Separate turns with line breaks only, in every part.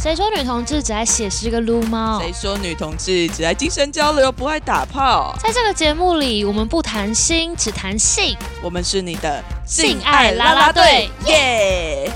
谁说女同志只爱写诗跟撸猫？
谁说女同志只爱精神交流，不爱打炮？
在这个节目里，我们不谈心，只谈性。
我们是你的
性爱啦啦队
耶！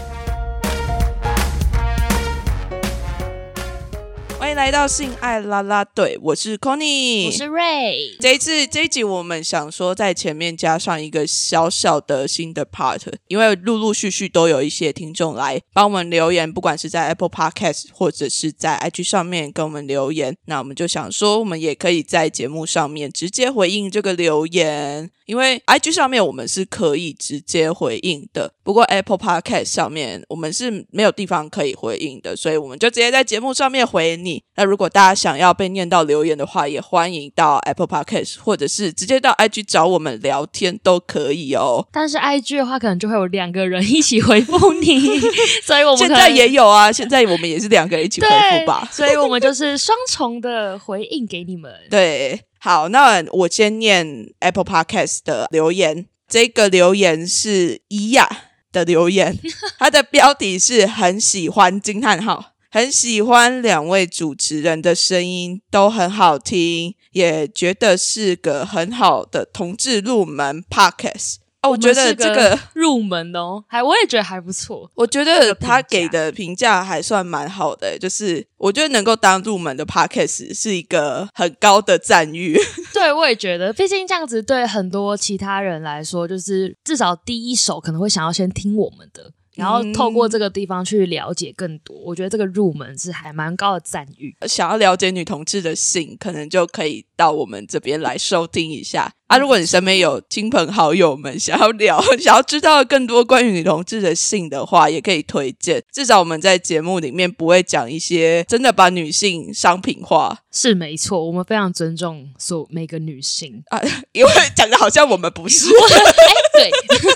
欢迎来到性爱啦啦队，我是 Connie，
我是 Ray，
这一次这一集我们想说在前面加上一个小小的新的 part，因为陆陆续续都有一些听众来帮我们留言，不管是在 Apple Podcast 或者是在 IG 上面跟我们留言，那我们就想说我们也可以在节目上面直接回应这个留言，因为 IG 上面我们是可以直接回应的，不过 Apple Podcast 上面我们是没有地方可以回应的，所以我们就直接在节目上面回你。那如果大家想要被念到留言的话，也欢迎到 Apple Podcast 或者是直接到 IG 找我们聊天都可以哦。
但是 IG 的话，可能就会有两个人一起回复你， 所以我们
现
可
在
能。
也有啊，现在我们也是两个人一起回复吧
所以我们就是双重的回应给你们。
对，好，那我先念 Apple Podcast 的留言。这个留言是伊亚的留 言，它的标题是很喜欢惊叹号，很喜欢两位主持人的声音都很好听，也觉得是个很好的同志入门 Podcast。哦，我
我
觉
们
得
是
这个
入门哦，还我也觉得还不错。
我觉得他
这个
给
评价
的评价还算蛮好的、欸就是我觉得能够当入门的 podcast 是一个很高的赞誉。
对，我也觉得，毕竟这样子对很多其他人来说，就是至少第一手可能会想要先听我们的，然后
嗯
透过这个地方去了解更多。我觉得这个入门是还蛮高的赞誉。
想要了解女同志的性，可能就可以到我们这边来收听一下啊。
嗯
如果你身边有亲朋好友们想要聊、 想要知道更多关于女同志的性的话，也可以推荐。至少我们在节目里面不会讲一些真的把女性商品化
是没错，我们非常尊重所每个女性。哎
啊， 因为讲的好像我们 不是。
对，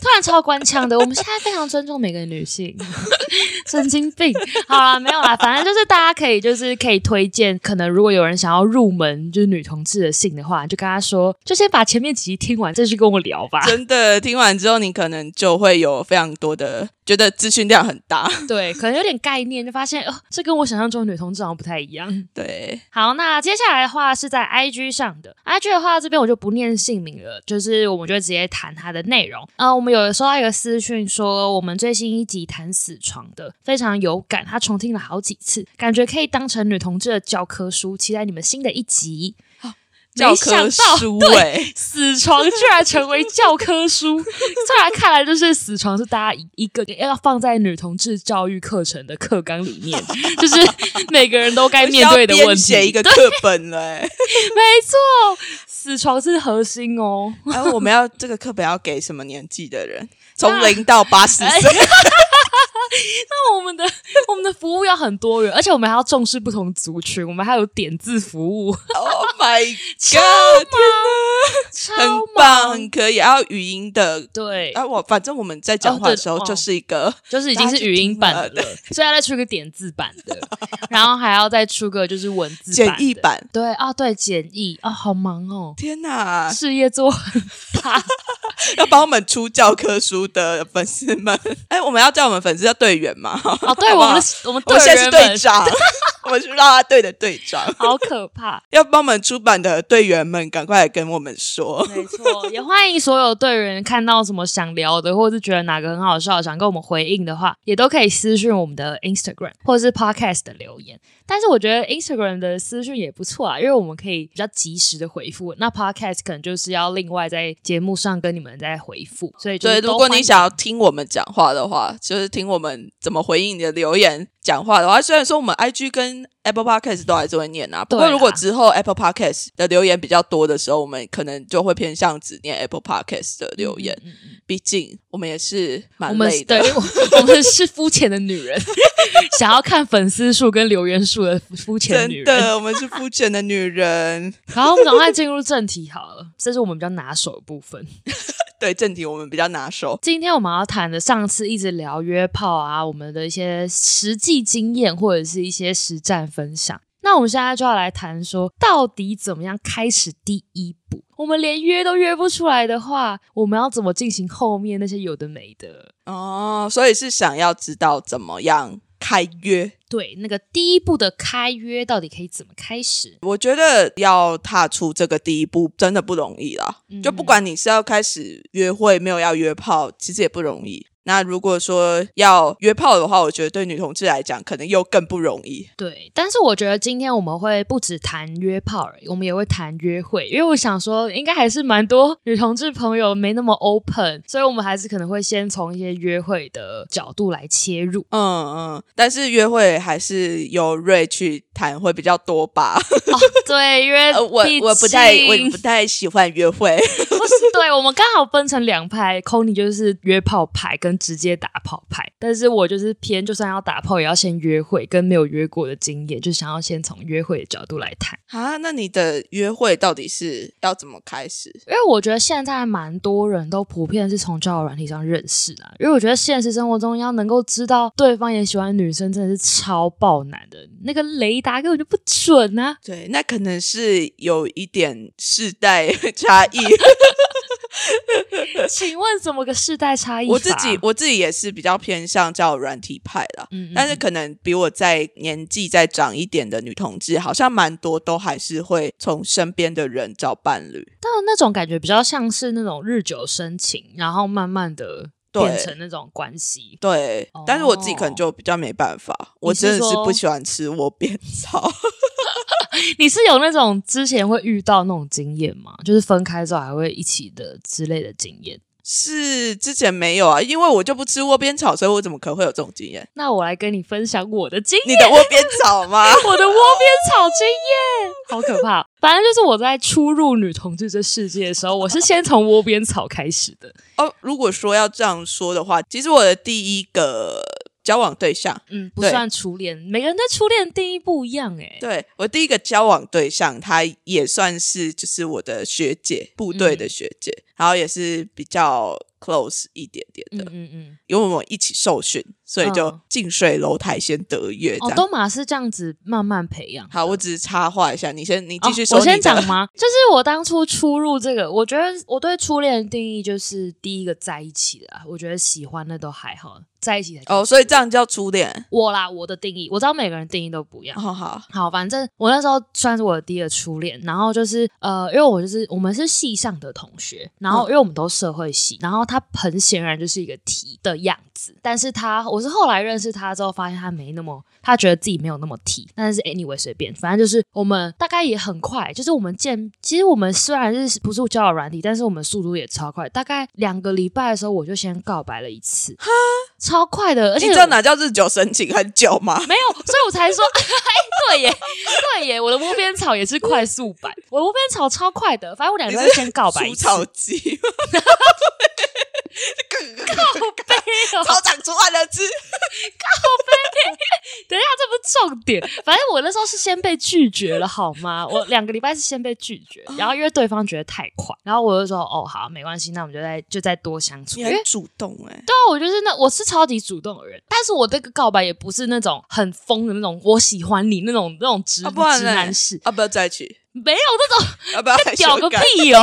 突然超官腔的，我们现在非常尊重每个女性， 神经病。好啦，没有啦，反正就是大家可以就是可以推荐，可能如果有人想要入门就是女同志的性的话，就跟他说，就先把前面几集听完再去跟我聊吧。
真的，听完之后你可能就会有非常多的觉得资讯量很大。
对， 可能有点概念，就发现哦，这跟我想象中的女同志好像不太一样。
对，
好，那接下来的话是在 IG 上的，IG 的话这边我就不念姓名了，就是我们就直接谈它的内容。呃，我们有收到一个私讯说，我们最新一集谈死床的非常有感，他重听了好几次，感觉可以当成女同志的教科书，期待你们新的一集。
哦教
没想
科
到
书
对
哎、
死床居然成为教科书， 虽然看来就是死床是大家一个要放在女同志教育课程的课纲里面，就是每个人都该面对的
欸要
问
编
题。
写一个课本了、欸。
没错，死床是核心哦。
然哎后我们要这个课本要给什么年纪的人？ 从零到八十岁，
哎那我们的 我们的服务要很多元，而且我们还要重视不同族群，我们还有点字服务，
Oh my
超
god！
超
很棒，
忙
很可以。然后语音的，
对，
啊，我反正我们在讲话的时候
哦对哦
就是一个，
就是已经是语音版的
大家
了，所以要再出一个点字版的， 然后还要再出个就是文字版的
简易版。
对啊、对，简易啊、好忙哦，
天哪！
事业做很大，
要帮我们出教科书的粉丝们，哎，我们要叫我们粉丝叫队员嘛？
哦，对，
好不
我
好
们的我们
我们现在是
队员
队
们
长， 我们是啦啦队的队长。
好可怕，
要帮我们出版的队员们，赶快来跟我们说。
没错，也欢迎所有队员看到什么想聊的，或是觉得哪个很好笑，想跟我们回应的话，也都可以私讯我们的 Instagram 或者是 Podcast 的留言。但是我觉得 Instagram 的私讯也不错啊，因为我们可以比较及时的回复。那 Podcast 可能就是要另外在节目上跟你们再回复，所以就
所以，
是
如
都
果
欢迎
你想要听我们讲话的话，就是听我们怎么回应你的留言讲话的话，虽然说我们 IG 跟 Apple Podcast 都还是会念啊，不过
对啊
如果之后 Apple Podcast 的留言比较多的时候，我们可能就会偏向只念 Apple Podcast 的留言，
嗯
毕竟我们也是
我
蛮
们
累
对
的。
我我们是肤浅的女人， 想要看粉丝数跟留言数的肤浅的女
真
人。
的，我们是肤浅的女人。
好，我们赶快进入正题好了，这是我们比较拿手的部分。
对正题，我们比较拿手。
今天我们要谈的，上次一直聊约炮啊，我们的一些实际经验或者是一些实战分享。那我们现在就要来谈说，到底怎么样开始第一步？我们连约都约不出来的话，我们要怎么进行后面那些有的没的？
哦，所以是想要知道怎么样开约。
对，那个第一步的开约到底可以怎么开始？
我觉得要踏出这个第一步真的不容易啦。就不管你是要开始约会，没有要约炮，其实也不容易。那如果说要约炮的话，我觉得对女同志来讲，可能又更不容易。
对，但是我觉得今天我们会不只谈约炮而已，我们也会谈约会，因为我想说，应该还是蛮多女同志朋友没那么 open，所以我们还是可能会先从一些约会的角度来切入。
嗯嗯，但是约会还是由瑞去谈会比较多吧。
哦，对，因为
呃，我
毕
我不太
竟
我不太喜欢约会。
不是，对我们刚好分成两派 c o n y 就是约炮派跟直接打炮派，但是我就是偏，就算要打炮，也要先约会，跟没有约过的经验，就想要先从约会的角度来谈。
啊，那你的约会到底是要怎么开始？
因为我觉得现在蛮多人都普遍是从交友软体上认识的啊、因为我觉得现实生活中要能够知道对方也喜欢女生，真的是超爆难的，那个雷达根本就不准啊！
对，那可能是有一点世代 差异。
请问怎么个世代差异法？啊
我自己我自己也是比较偏向交友软体派啦，
嗯，嗯，
但是
嗯
可能比我在年纪再长一点的女同志，好像蛮多都还是会从身边的人找伴侣。
但那种感觉比较像是那种日久生情，然后慢慢的
对
变成那种关系。
对，但是我自己可能
哦
就比较没办法，我
你是
真的是不
说
喜欢吃窝边草。
你是有那种之前会遇到那种经验吗？就是分开之后还会一起的之类的经验？
是之前没有啊，因为我就不吃窝边草，所以我怎么可能会有这种经验？
那我来跟你分享我的经验。
你的窝边草吗？
我的窝边草经验，好可怕！反正就是我在初入女同志这世界的时候，我是先从窝边草开始的。
哦，如果说要这样说的话，其实我的第一个交往对象，
嗯，不
对
算初恋，每个人对初恋定义不一样哎、
对我第一个交往对象，她也算是就是我的学姐，部队
嗯
的学姐，然后也是比较 close 一点点
嗯
的，
嗯嗯，
因为我们一起受训，所以就
嗯
近水楼台先得月这
哦，
样。
都马是这样子慢慢培养。
好，我只是插话一下，你先，你继续
哦
说、
我先讲。吗？就是我当初初入这个，我觉得我对初恋的定义就是第一个在一起啦，我觉得喜欢的都还好，在一起才叫
哦，所以这样叫初恋。
我啦，我的定义，我知道每个人定义都不一样。
哦，好，
好，反正我那时候算是我的第一个初恋，然后就是呃，因为我就是我们是系上的同学，然后
嗯
因为我们都社会系，然后他很显然就是一个 T 的样子，但是他我是后来认识他之后，发现他没那么，他觉得自己没有那么 T，但是 anyway 随便，反正就是我们大概也很快，就是我们见，其实我们虽然是不是交友软体，但是我们速度也超快，大概两个礼拜的时候我就先告白了一次，超快的，而
你
且
知道哪叫日久生情很久吗？
没有，所以我才说， 哎，对耶，对耶，我的窝边草也是快速版，我的窝边草超快的，反正我两个
你
月先 告白
除
一次，
草机，
没有
草长出万了枝。
等一下，这不是重点。反正我那时候是先被拒绝了，好吗？我两个礼拜是先被拒绝，
哦
然后因为对方觉得太快，然后我就说，哦，好，没关系，那我们就再就再多相处，
你
因为
很主动哎、
对啊，我就是那我是超级主动的人，但是我这个告白也不是那种很疯的那种，我喜欢你那种那种直、
啊不然
直
嘞
男式，
要不要在一起？
没有那种
要不要来
屌
修
个
改？
屁哦！在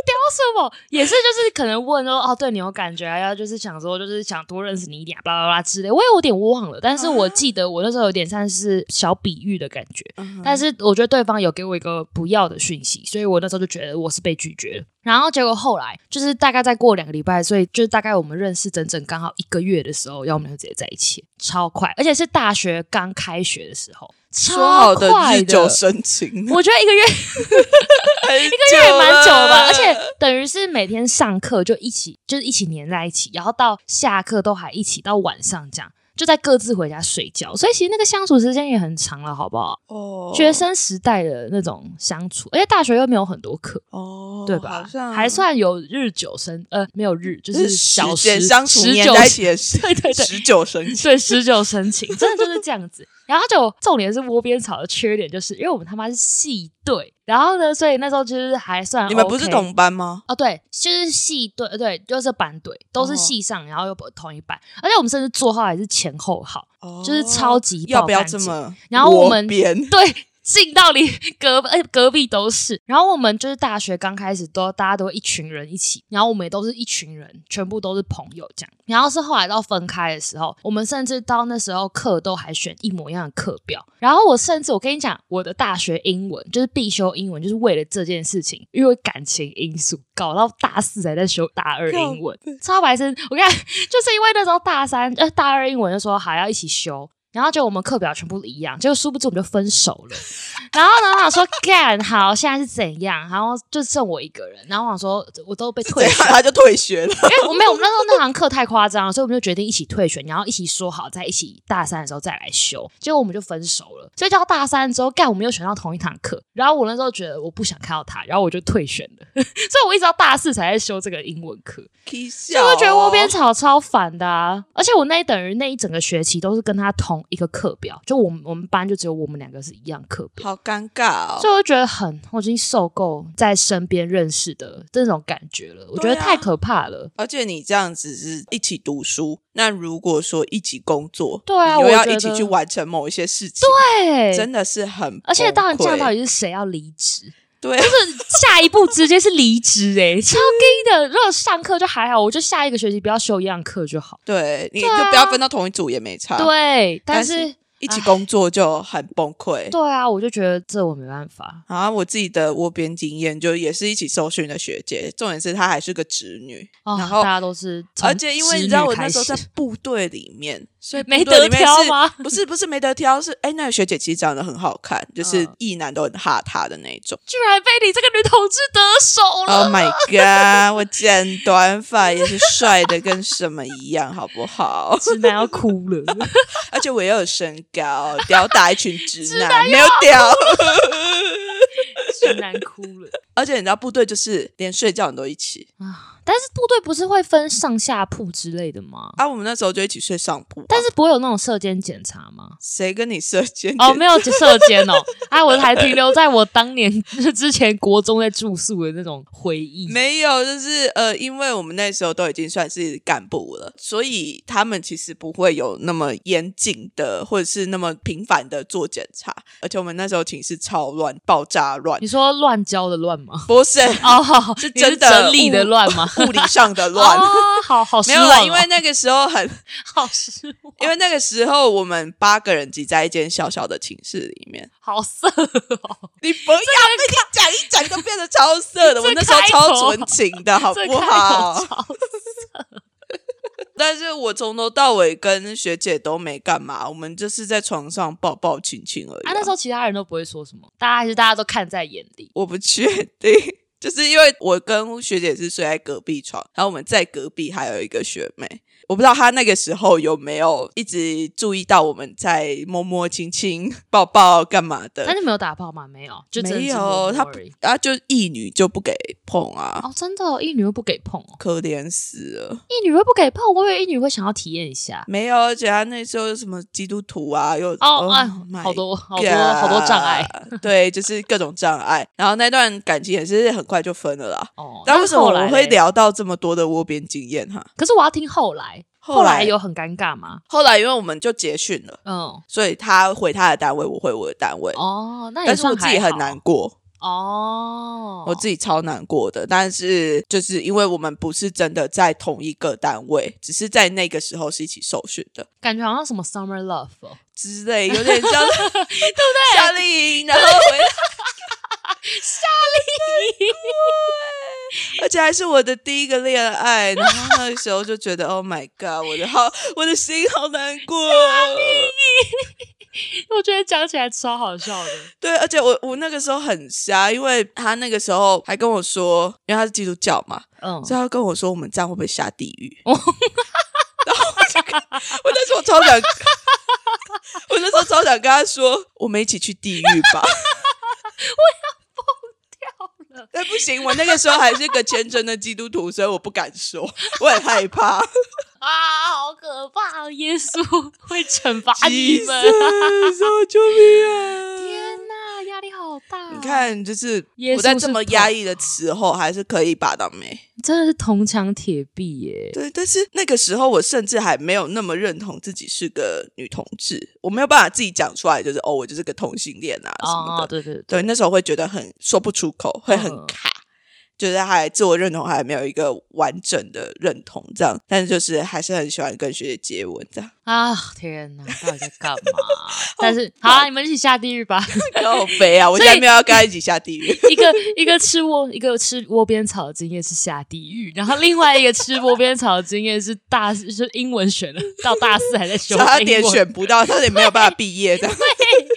屌什么？也是就是可能问说哦，对你有感觉啊，要就是想说就是想多认识你一点啊，巴拉巴拉之类。我也有点忘了，但是我记得我那时候有点像是小比喻的感觉，
嗯哼
但是我觉得对方有给我一个不要的讯息，所以我那时候就觉得我是被拒绝了。然后结果后来就是大概再过两个礼拜，所以就是大概我们认识整整刚好一个月的时候，要我们就直接在一起，超快，而且是大学刚开学的时候，超
说好
快
的日久生情，
我觉得一个月
一
这
个
也蛮久了吧，而且等于是每天上课就一起，就是一起黏在一起，然后到下课都还一起，到晚上这样。就在各自回家睡觉，所以其实那个相处时间也很长了，好不好？
哦
学生时代的那种相处，而且大学又没有很多课，
哦，
对吧？
好像
还算有日久生，呃，没有日，就
就是是
小
小
时
时相处
十
黏
九
在一起的时，
对对 对
十九生情。
对，十九生情，真的就是这样子。然后就重点是窝边草的缺点，就是因为我们他妈是系队，然后呢，所以那时候其实还算、
你们不是同班吗？
哦，对，就是系队，呃对，就是班队，都是
哦
系上，然后又不同一班，而且我们甚至座号还是前后号，
哦
就是超级爆
要不要
干
这
净
么窝边？
然后我们对，近到离隔呃隔壁都是。然后我们就是大学刚开始都大家都一群人一起，然后我们也都是一群人，全部都是朋友这样。然后是后来到分开的时候，我们甚至到那时候课都还选一模一样的课表。然后我甚至我跟你讲，我的大学英文就是必修英文，就是为了这件事情，因为感情因素搞到大四才在修大二英文，超白痴。我看 就是因为那时候大三呃大二英文就说还要一起修，然后就我们课表全部一样，结果殊不知我们就分手了。然后呢，我想说干好，现在是怎样？然后就剩我一个人。然后我想说，我都被 退
对，
学，
他就退学
因
了。
为我没有，我们那时候那堂课太夸张了，所以我们就决定一起退学，然后一起说好，在一起大三的时候再来修。结果我们就分手了。所以到大三之后，干我们又选到同一堂课。然后我那时候觉得我不想看到他，然后我就退选了。 所以我一直到大四才在修这个英文课。
就
就
哦
会觉得窝边草超烦的啊！而且我那一等于那一整个学期都是跟他同一个课表，就我们我们班就只有我们两个是一样课表，
好尴尬
所
哦。
以我就觉得很，我已经受够在身边认识的这种感觉了，我觉得
对啊
太可怕了。
而且你这样子是一起读书，那如果说一起工作，
对啊
你又要
我觉得
一起去完成某一些事情，
对，啊
真的是很崩溃，
而且到底这样到底是谁要离职？
对，啊
下一步直接是离职哎，超硬的。如果上课就还好，我就下一个学期不要修一样课就好。
对，你就
对啊
不要分到同一组也没差，，
对，啊但
但
是
一起工作就很崩溃。
对啊，我就觉得这我没办法。
啊，我自己的窝边经验就也是一起受训的学姐，重点是她还是个直女，
哦、
然后
大家都是从
而且因为
侄
你知道
女
我
开
那时候在
始
部队里面，所以 部
没
队
得
里面
挑
是
吗
不是不是没得挑，是哎那个学姐其实长得很好看，就是
嗯
异男都很哈她的那一种。
居然被你这个女同志得手了。
Oh my god！我剪短发也是帅的跟什么一样，好 不好？
哦 直男要哭了，
而且我也有身高，吊打一群直男，没有屌。
直男哭了
而且你知道部队就是连睡觉你都一起
啊！但是部队不是会分上下铺之类的吗？
啊，我们那时候就一起睡上铺啊、
哦
哦
但是不会有那种射监检查吗？
谁跟你射箭？
哦，没有射监哦，啊，我还停留在我当年 之前国中在住宿的那种回忆。
没有，就是呃，因为我们那时候都已经算是干部了，所以他们其实不会有那么严谨的，或者是那么频繁的做检查。而且我们那时候寝室超乱，爆炸 乱
你，说乱交的乱吗？
不是
哦，
是
你是
真的
整理的
物
乱 吗？
物理上的乱。
哦，好好失
没
望
有
哦、
啦，因为那个时候很，
好失望，
因为那个时候我们八个人挤在一间小小的寝室里面。
好色哦。
你不要被你讲一讲就变得超 色的，我那时候超纯情的好
这
不
开
好
头？超
但是我从头到尾跟学姐都没干嘛，我们就是在床上抱抱亲亲而已、
啊，那时候其他人都不会说什么，大家还是大家都看在眼里。
我不确定，就是因为我跟学姐是睡在隔壁床，然后我们在隔壁还有一个学妹，我不知道她那个时候有没有一直注意到我们在摸摸亲亲、抱抱干嘛
但
的。
是没有打炮吗？没有，就真的
没
只摸摸
有，她
而已
她就一女就不给碰啊，
哦，真的、哦，一女又不给碰哦，
可怜死了。
一女会不给碰，我以为一女会想要体验一下。
没有，而且他那时候有什么基督徒啊，又
哦，哎
my，
好多好多好多障碍
God，对，就是各种障碍。然后那段感情也是很快就分了啦。
哦。
但为什么
后来
我会
嘞？
聊到这么多的窝边经验哈？
可是我要听后来，
后
后
来
来有很尴尬吗？
后来因为我们就结训了，
嗯，
所以他回他的单位，我回我的单位。
哦，那也
但是
算
我自己
还
很
好
难过，
哦，
我自己超难过的。但是就是因为我们不是真的在同一个单位，只是在那个时候是一起受训的。
感觉好像什么 summer love 哦，
之类，有点像， 对不对？夏令营，然后回 来夏令营，而且还是我的第一个恋爱。然后那个时候就觉得，Oh my God，我的好，我的心好难过。
我觉得讲起来超好笑的。
对，而且我我那个时候很瞎，因为他那个时候还跟我说，因为他是基督教嘛，
嗯，
所以他跟我说我们这样会不会下地狱？然后我就我那时候超想， 我那时候超想跟他说，我们一起去地狱吧。我要疯掉
了！
哎但不行，我那个时候还是个虔诚的基督徒，所以我不敢说，我很 害怕。
啊，好可怕哦！耶稣会惩罚你
医生，
们。
说救命啊！
天哪，压力好大、哦
你，看，就是
耶稣
我在
是
这么
头
压抑的时候，还是可以把到妹。
真的是铜墙铁壁耶、
对，啊但是那个时候我甚至还没有那么认同自己是个女同志，我没有办法自己讲出来，就是哦，我就是个同性恋啊什么的。
哦，对对对，
对，那时候会觉得很说不出口，会很
嗯
卡，就是还自我认同还没有一个完整的认同这样，但是就是还是很喜欢跟学姐接吻这样。
啊，天哪，到底在干嘛？但是好啊，你们一起下地狱吧！
好肥啊！我
所
现
以
在没有要跟她一起下 地狱。
一个一个吃窝，一个吃窝边草的经验是下地狱，然后另外一个吃窝边草的经验是大是英文选的，到大四还在修英文，
差点选不到，差点没有办法毕业，这样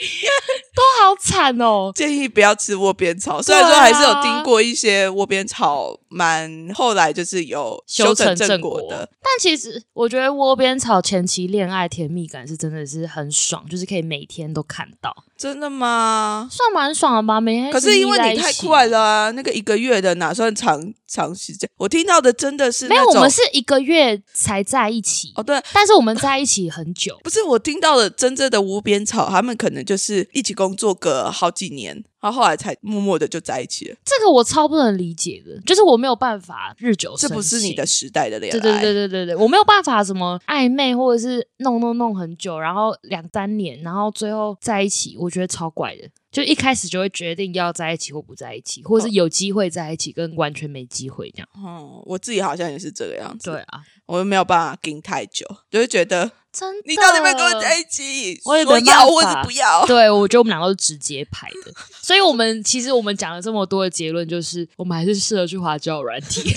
都好惨哦。
建议不要吃窝边草。虽然
对啊
说还是有听过一些窝边草，蛮后来就是有
修成
成
正
正
果
的，
但其实我觉得窝边草前期恋爱甜蜜感是真的是很爽，就是可以每天都看到，真
真的吗？
算蛮爽的吧？每天
可是因为你太
了。
快了啊，那个一个月的哪算长长时间？我听到的真的是
没有，
那
我
种
们是一个月才在一起，
哦，对，。
但是我们在一起很久
不是我听到的真正的窝边草，他们可能就是一起工作个好几年，然后后来才默默的就在一起了。
这个我超不能理解的，就是我没有办法日久生
这
情。
不是你的时代的恋
对
爱，
对对对对对，我没有办法什么暧昧或者是弄弄弄很久，然后两三年，然后最后在一起，我觉得超怪的。就一开始就会决定要在一起或不在一起，或者
嗯
是有机会在一起跟完全没机会这样。
哦，我自己好像也是这个样子。
对啊，
我又没有办法盯太久，就会觉得
真的。
你到底要不要跟我在一起？
我也没
说
办法
要或者不要？
对，我觉得我们两个都是直接派的，所以我们其实我们讲了这么多的结论，就是我们还是适合去滑交友软体。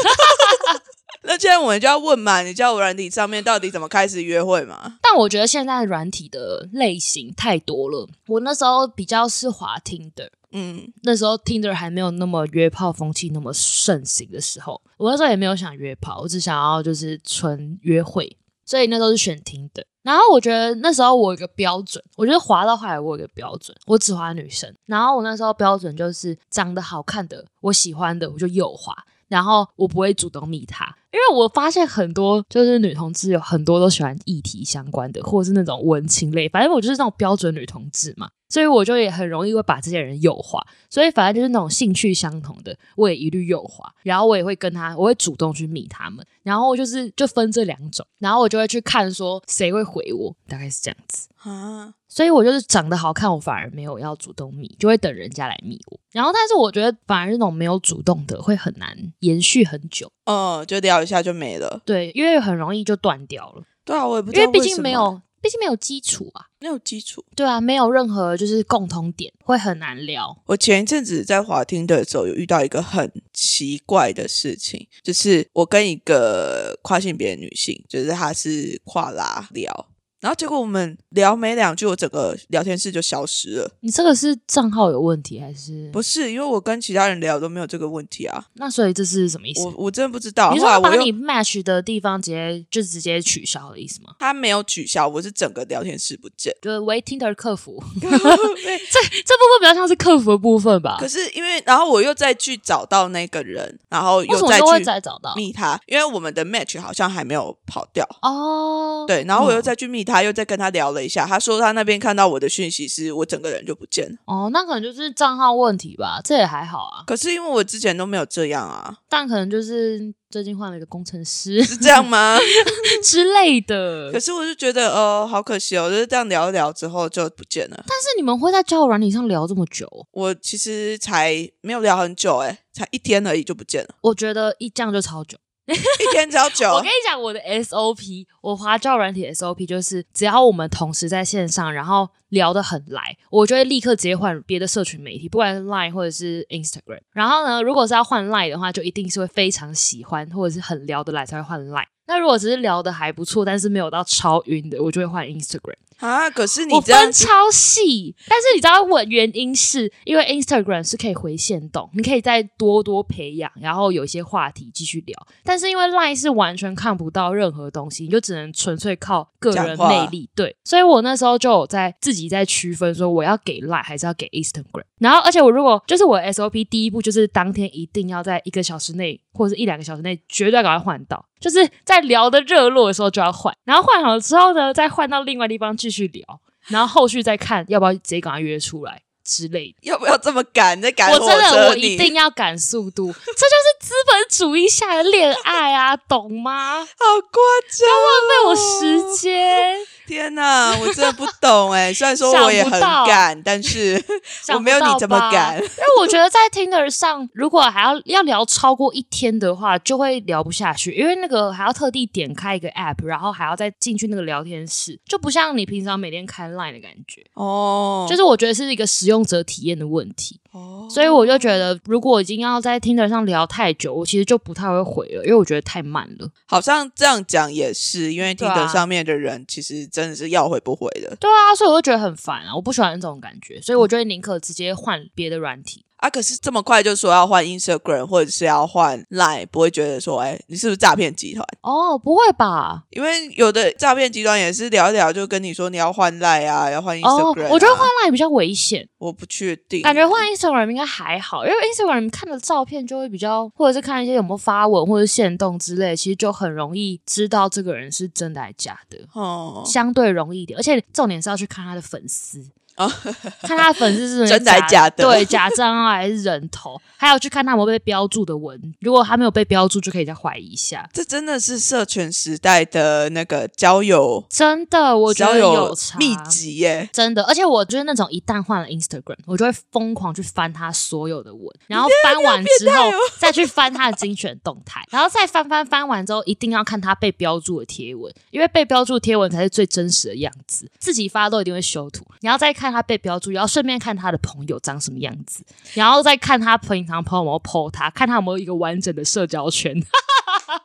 那现在我们就要问嘛，你交友软体上面到底怎么开始约会嘛？
但我觉得现在软体的类型太多了，我那时候比较是滑 Tinder。
嗯，
那时候 Tinder 还没有那么约炮风气那么盛行的时候，我那时候也没有想约炮，我只想要就是纯约会，所以那时候是选 Tinder。然后我觉得那时候我有一个标准，我觉得滑到后来我有一个标准，我只滑女生。然后我那时候标准就是长得好看的，我喜欢的我就右滑，然后我不会主动密她，因为我发现很多就是女同志有很多都喜欢议题相关的，或者是那种文青类，反正我就是那种标准女同志嘛，所以我就也很容易会把这些人右滑，所以反正就是那种兴趣相同的，我也一律右滑，然后我也会跟他，我会主动去密他们，然后就是就分这两种，然后我就会去看说谁会回我，大概是这样子。
啊，
所以我就是长得好看，我反而没有要主动密，就会等人家来密我。然后，但是我觉得反而那种没有主动的会很难延续很久，
嗯，就聊一下就没了。
对，因为很容易就断掉了，
对啊，我也不知
因为
道
毕
什
竟
么
没有，毕竟没有基础啊，
没有基础。
对啊，没有任何就是共同点，会很难聊。
我前一阵子在滑听的时候，有遇到一个很奇怪的事情，就是我跟一个跨性别的女性，就是她是跨拉聊，然后结果我们聊没两句，我整个聊天室就消失了。
你这个是账号有问题还是？
不是，因为我跟其他人聊都没有这个问题啊，
那所以这是什么意思
我？我真的不知道。
你是
后
说
来
他把
我
你
又
match 的地方直接就直接取消的意思吗？
他没有取消，我是整个聊天室不 见。
就是为 Tinder 客 服，这这部分比较像是客服的部分吧
可？是因为，然后我又再去找到那个人，然后
为什
又
么
再
都会
去
再找到？
密他，因为我们的 match 好像还没有跑掉。
哦，
对，然后我又
嗯
再去密他，又再跟他聊了一下。他说他那边看到我的讯息是我整个人就不见了。
哦，那可能就是账号问题吧，这也还好啊。
可是因为我之前都没有这样啊，
但可能就是最近换了一个工程师
是这样吗？
之类的。
可
但
是我就觉得呃，好可惜哦，就是这样聊一聊之后就不见了。
是你们会在交友软体上聊这么久哦？
我其实才没有聊很久、欸，才一天而已就不见了，
我觉得一这样就超久。
一天只要久
我跟你讲，我的 SOP，我滑交友软体的 SOP 就是，只要我们同时在线上，然后聊得很来，我就会立刻直接换别的社群媒体，不管是 Line 或者是 Instagram。然后呢，如果是要换 Line 的话，就一定是会非常喜欢或者是很聊得来才会换 Line。那如果只是聊得还不错，但是没有到超晕的，我就会换 Instagram。
啊！可是你
我
这样
分
子
超细，但是你知道我原因是因为 Instagram 是可以回线动，你可以再多多培养，然后有一些话题继续聊。但是因为 Line 是完全看不到任何东西，你就只能纯粹靠个人
讲话
魅力。对，所以我那时候就有在自己在区分说我要给 Line 还是要给 Instagram。然后，而且我如果就是我的 SOP 第一步就是当天一定要在一个小时内或者是一两个小时内绝对要赶快换到，就是在聊的热络的时候就要换，然后换好之后呢，再换到另外地方继续聊。然后后续再看要不要直接赶快约出来之类的。
要不要这么赶？你在赶
我
火
真的，
车
我
你
一定要赶速度，这就是资本主义下的恋爱啊，懂吗？
好夸张！
浪费我
哦
时间，
天哪，我真的不懂哎、虽然说我也很
想不
赶，但是 我没有你这么
想
赶
不到吧。因为我觉得在 Tinder 上，如果还要要聊超过一天的话，就会聊不下去，因为那个还要特地点开一个 app，然后还要再进去那个聊天室，就不像你平常每天开 Line 的感觉。
哦，
就是我觉得是一个使用者体验的问题，
哦
所以我就觉得，如果已经要在 Tinder 上聊太久，我其实就不太会回了，因为我觉得太慢了。
好像这样讲也是，因为
对啊
Tinder 上面的人其实真的是要回不回的
对啊，所以我就觉得很烦啊，我不喜欢这种感觉，所以我觉得宁可直接换别的软体。
啊。可是这么快就说要换 Instagram 或者是要换 Line，不会觉得说，哎、你是不是诈骗集团？
哦，不会吧？
因为有的诈骗集团也是聊一聊就跟你说你要换 Line 啊，要换 Instagram
哦，
啊、
我觉得换 Line 比较危险，
我不确定，
感觉换 Instagram 应该还好，因为 Instagram 看的照片就会比较，或者是看一些有没有发文或者线动之类，其实就很容易知道这个人是真的还是假的。
哦，
相对容易一点，而且重点是要去看他的粉丝，
哦
看他的粉丝是不是
真的还假的
对，假账号还是人头，还有去看他有没有被标注的文，如果他没有被标注，就可以再怀疑一下。
这真的是社群时代的那个交友，
真的，我觉
交
得
友
差
密集耶。
真的，而且我就是那种一旦换了 Instagram，我就会疯狂去翻他所有哦的文，然后翻完之后、再去翻他的精选动态，然后再翻翻翻完之后，一定要看他被标注的贴文，因为被标注的贴文才是最真实的样子。自己发都一定会修图，你要再看他被标注，然后顺便看他的朋友长什么样子，然后再看他平常朋友有没有 PO 他，看他有没有一个完整的社交圈。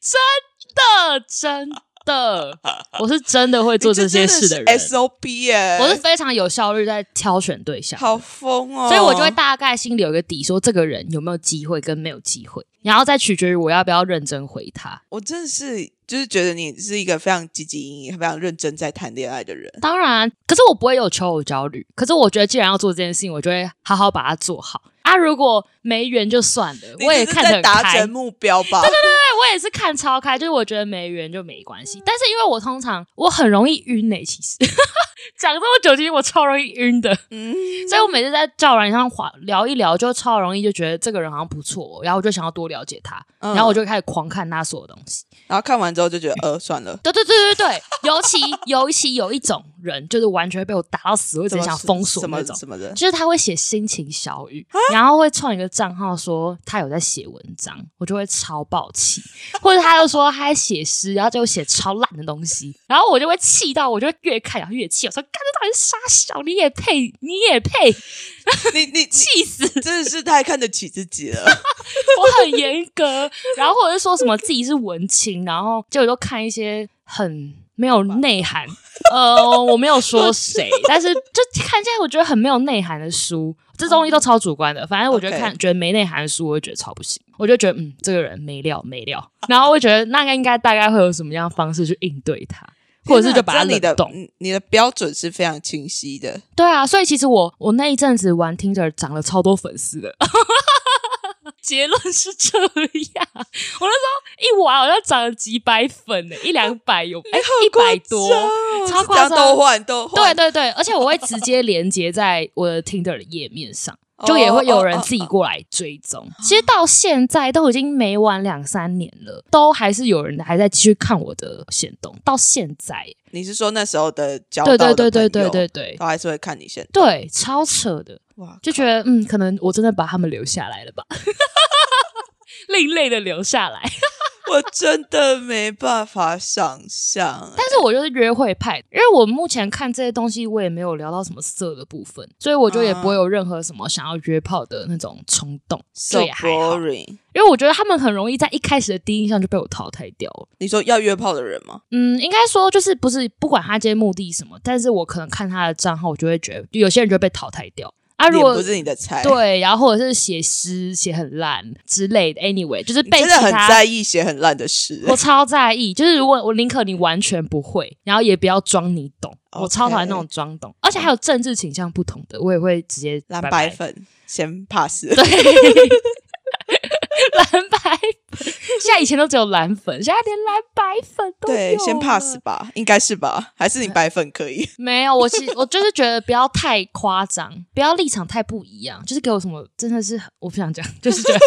真的，真的，我是真的会做这些事
哎的
人。
SOP 耶，
我是非常有效率在挑选对象，
好疯哦，
所以我就会大概心里有个底，说这个人有没有机会跟没有机会，然后再取决于我要不要认真回他。
我真的是就是觉得你是一个非常积极、营营、非常认真在谈恋爱的人。
当然，可是我不会有求偶焦虑，可是我觉得既然要做这件事情，我就会好好把它做好。啊，如果没缘就算了，我也
你只是
看得
在
很
达
开
成。目标 吧，对对
对，我也是看超开，就是我觉得没缘就没关系。但是因为我通常我很容易晕呢、欸其实 讲这么久，其实我超容易晕的。
嗯，
所以我每次在教软上滑聊一聊，就超容易就觉得这个人好像不错，哦然后我就想要多了解他，
嗯
然后我就开始狂看他所有东西。
然后看完之后就觉得呃算 了，
对对对对对，尤其尤其有一种人，就是完全被我打到死，我一
怎
直
么
想封锁
什
那
么
种。
什么 的，
就是他会写心情小语，然后会创一个账号说他有在写文章，我就会超爆气；或者他又说他在写诗，然后就写超烂的东西，然后我就会气到，我就会越看然后越气，我说干这到底是傻小，你也配，你也配，
你你你
气死！
真的是太看得起自己了，
我很严格，然后或者是说什么自己是文青，然后结果都看一些很没有内 涵。呃，我没有说谁，但是就看起来我觉得很没有内涵的书，这东西都超主观的。反正我觉得
OK
看觉得没内涵的书，我就觉得超不行。我就觉得嗯，这个人没料没料，然后我觉得那个应该大概会有什么样的方式去应对他， 或者是就把他
天
冷
哪这样你的
冻。
嗯你的标准是非常清晰的，
对啊，所以其实我我那一阵子玩 Tinder 涨了超多粉丝的。 结论是这样，我那时候一玩好像涨了几百粉呢、一两百有，哎、 一百多，超
哦这样
夸
都
张。
换都
对
换，
对对，而且我会直接连接在我的 Tinder 的页面上，就也会有人自己
哦。哦哦哦
过来追踪。其实到现在都已经没玩两三年了，都还是有人还在继续看我的行动。到现在，
哦你是说那时候的交
对
到
对对
的
对
朋
对
友
对对
都还是会看你现在
对，超扯的。
哇，
就觉得嗯，可能我真的把他们留下来了 吧，另类的留下来。
我真的没办法想象。
但是我就是约会派，因为我目前看这些东西，我也没有聊到什么色的部分，所以我就也
啊
不会有任何什么想要约炮的那种冲动，
so
所以还好。
boring。
因为我觉得他们很容易在一开始的第一印象就被我淘汰掉了。
你说要约炮的人吗？
嗯，应该说就是不是不管他今天目的什么，但是我可能看他的账号，我就会觉得有些人就会被淘汰掉。啊，如
脸
果
不是你的菜，
对，然后或者是写诗写很烂之类的。Anyway，就是
你
被
真的
其
很
他
在意写很烂的 诗。
我超在意，就是如果我宁可你完全不会，然后也不要装你懂。我
OK
超讨厌那种装懂，而且还有政治倾向不同的，我也会直接
蓝
拜
白
拜。
粉先 pass。
蓝白粉，现在以前都只有蓝粉，现在连蓝白粉都
对，
有
先
了嗯
pass 吧，应该是吧？还是你白粉可以？
没有，我其 实我就是觉得不要太夸张，不要立场太不一样，就是给我什么真的是我不想讲，就是觉得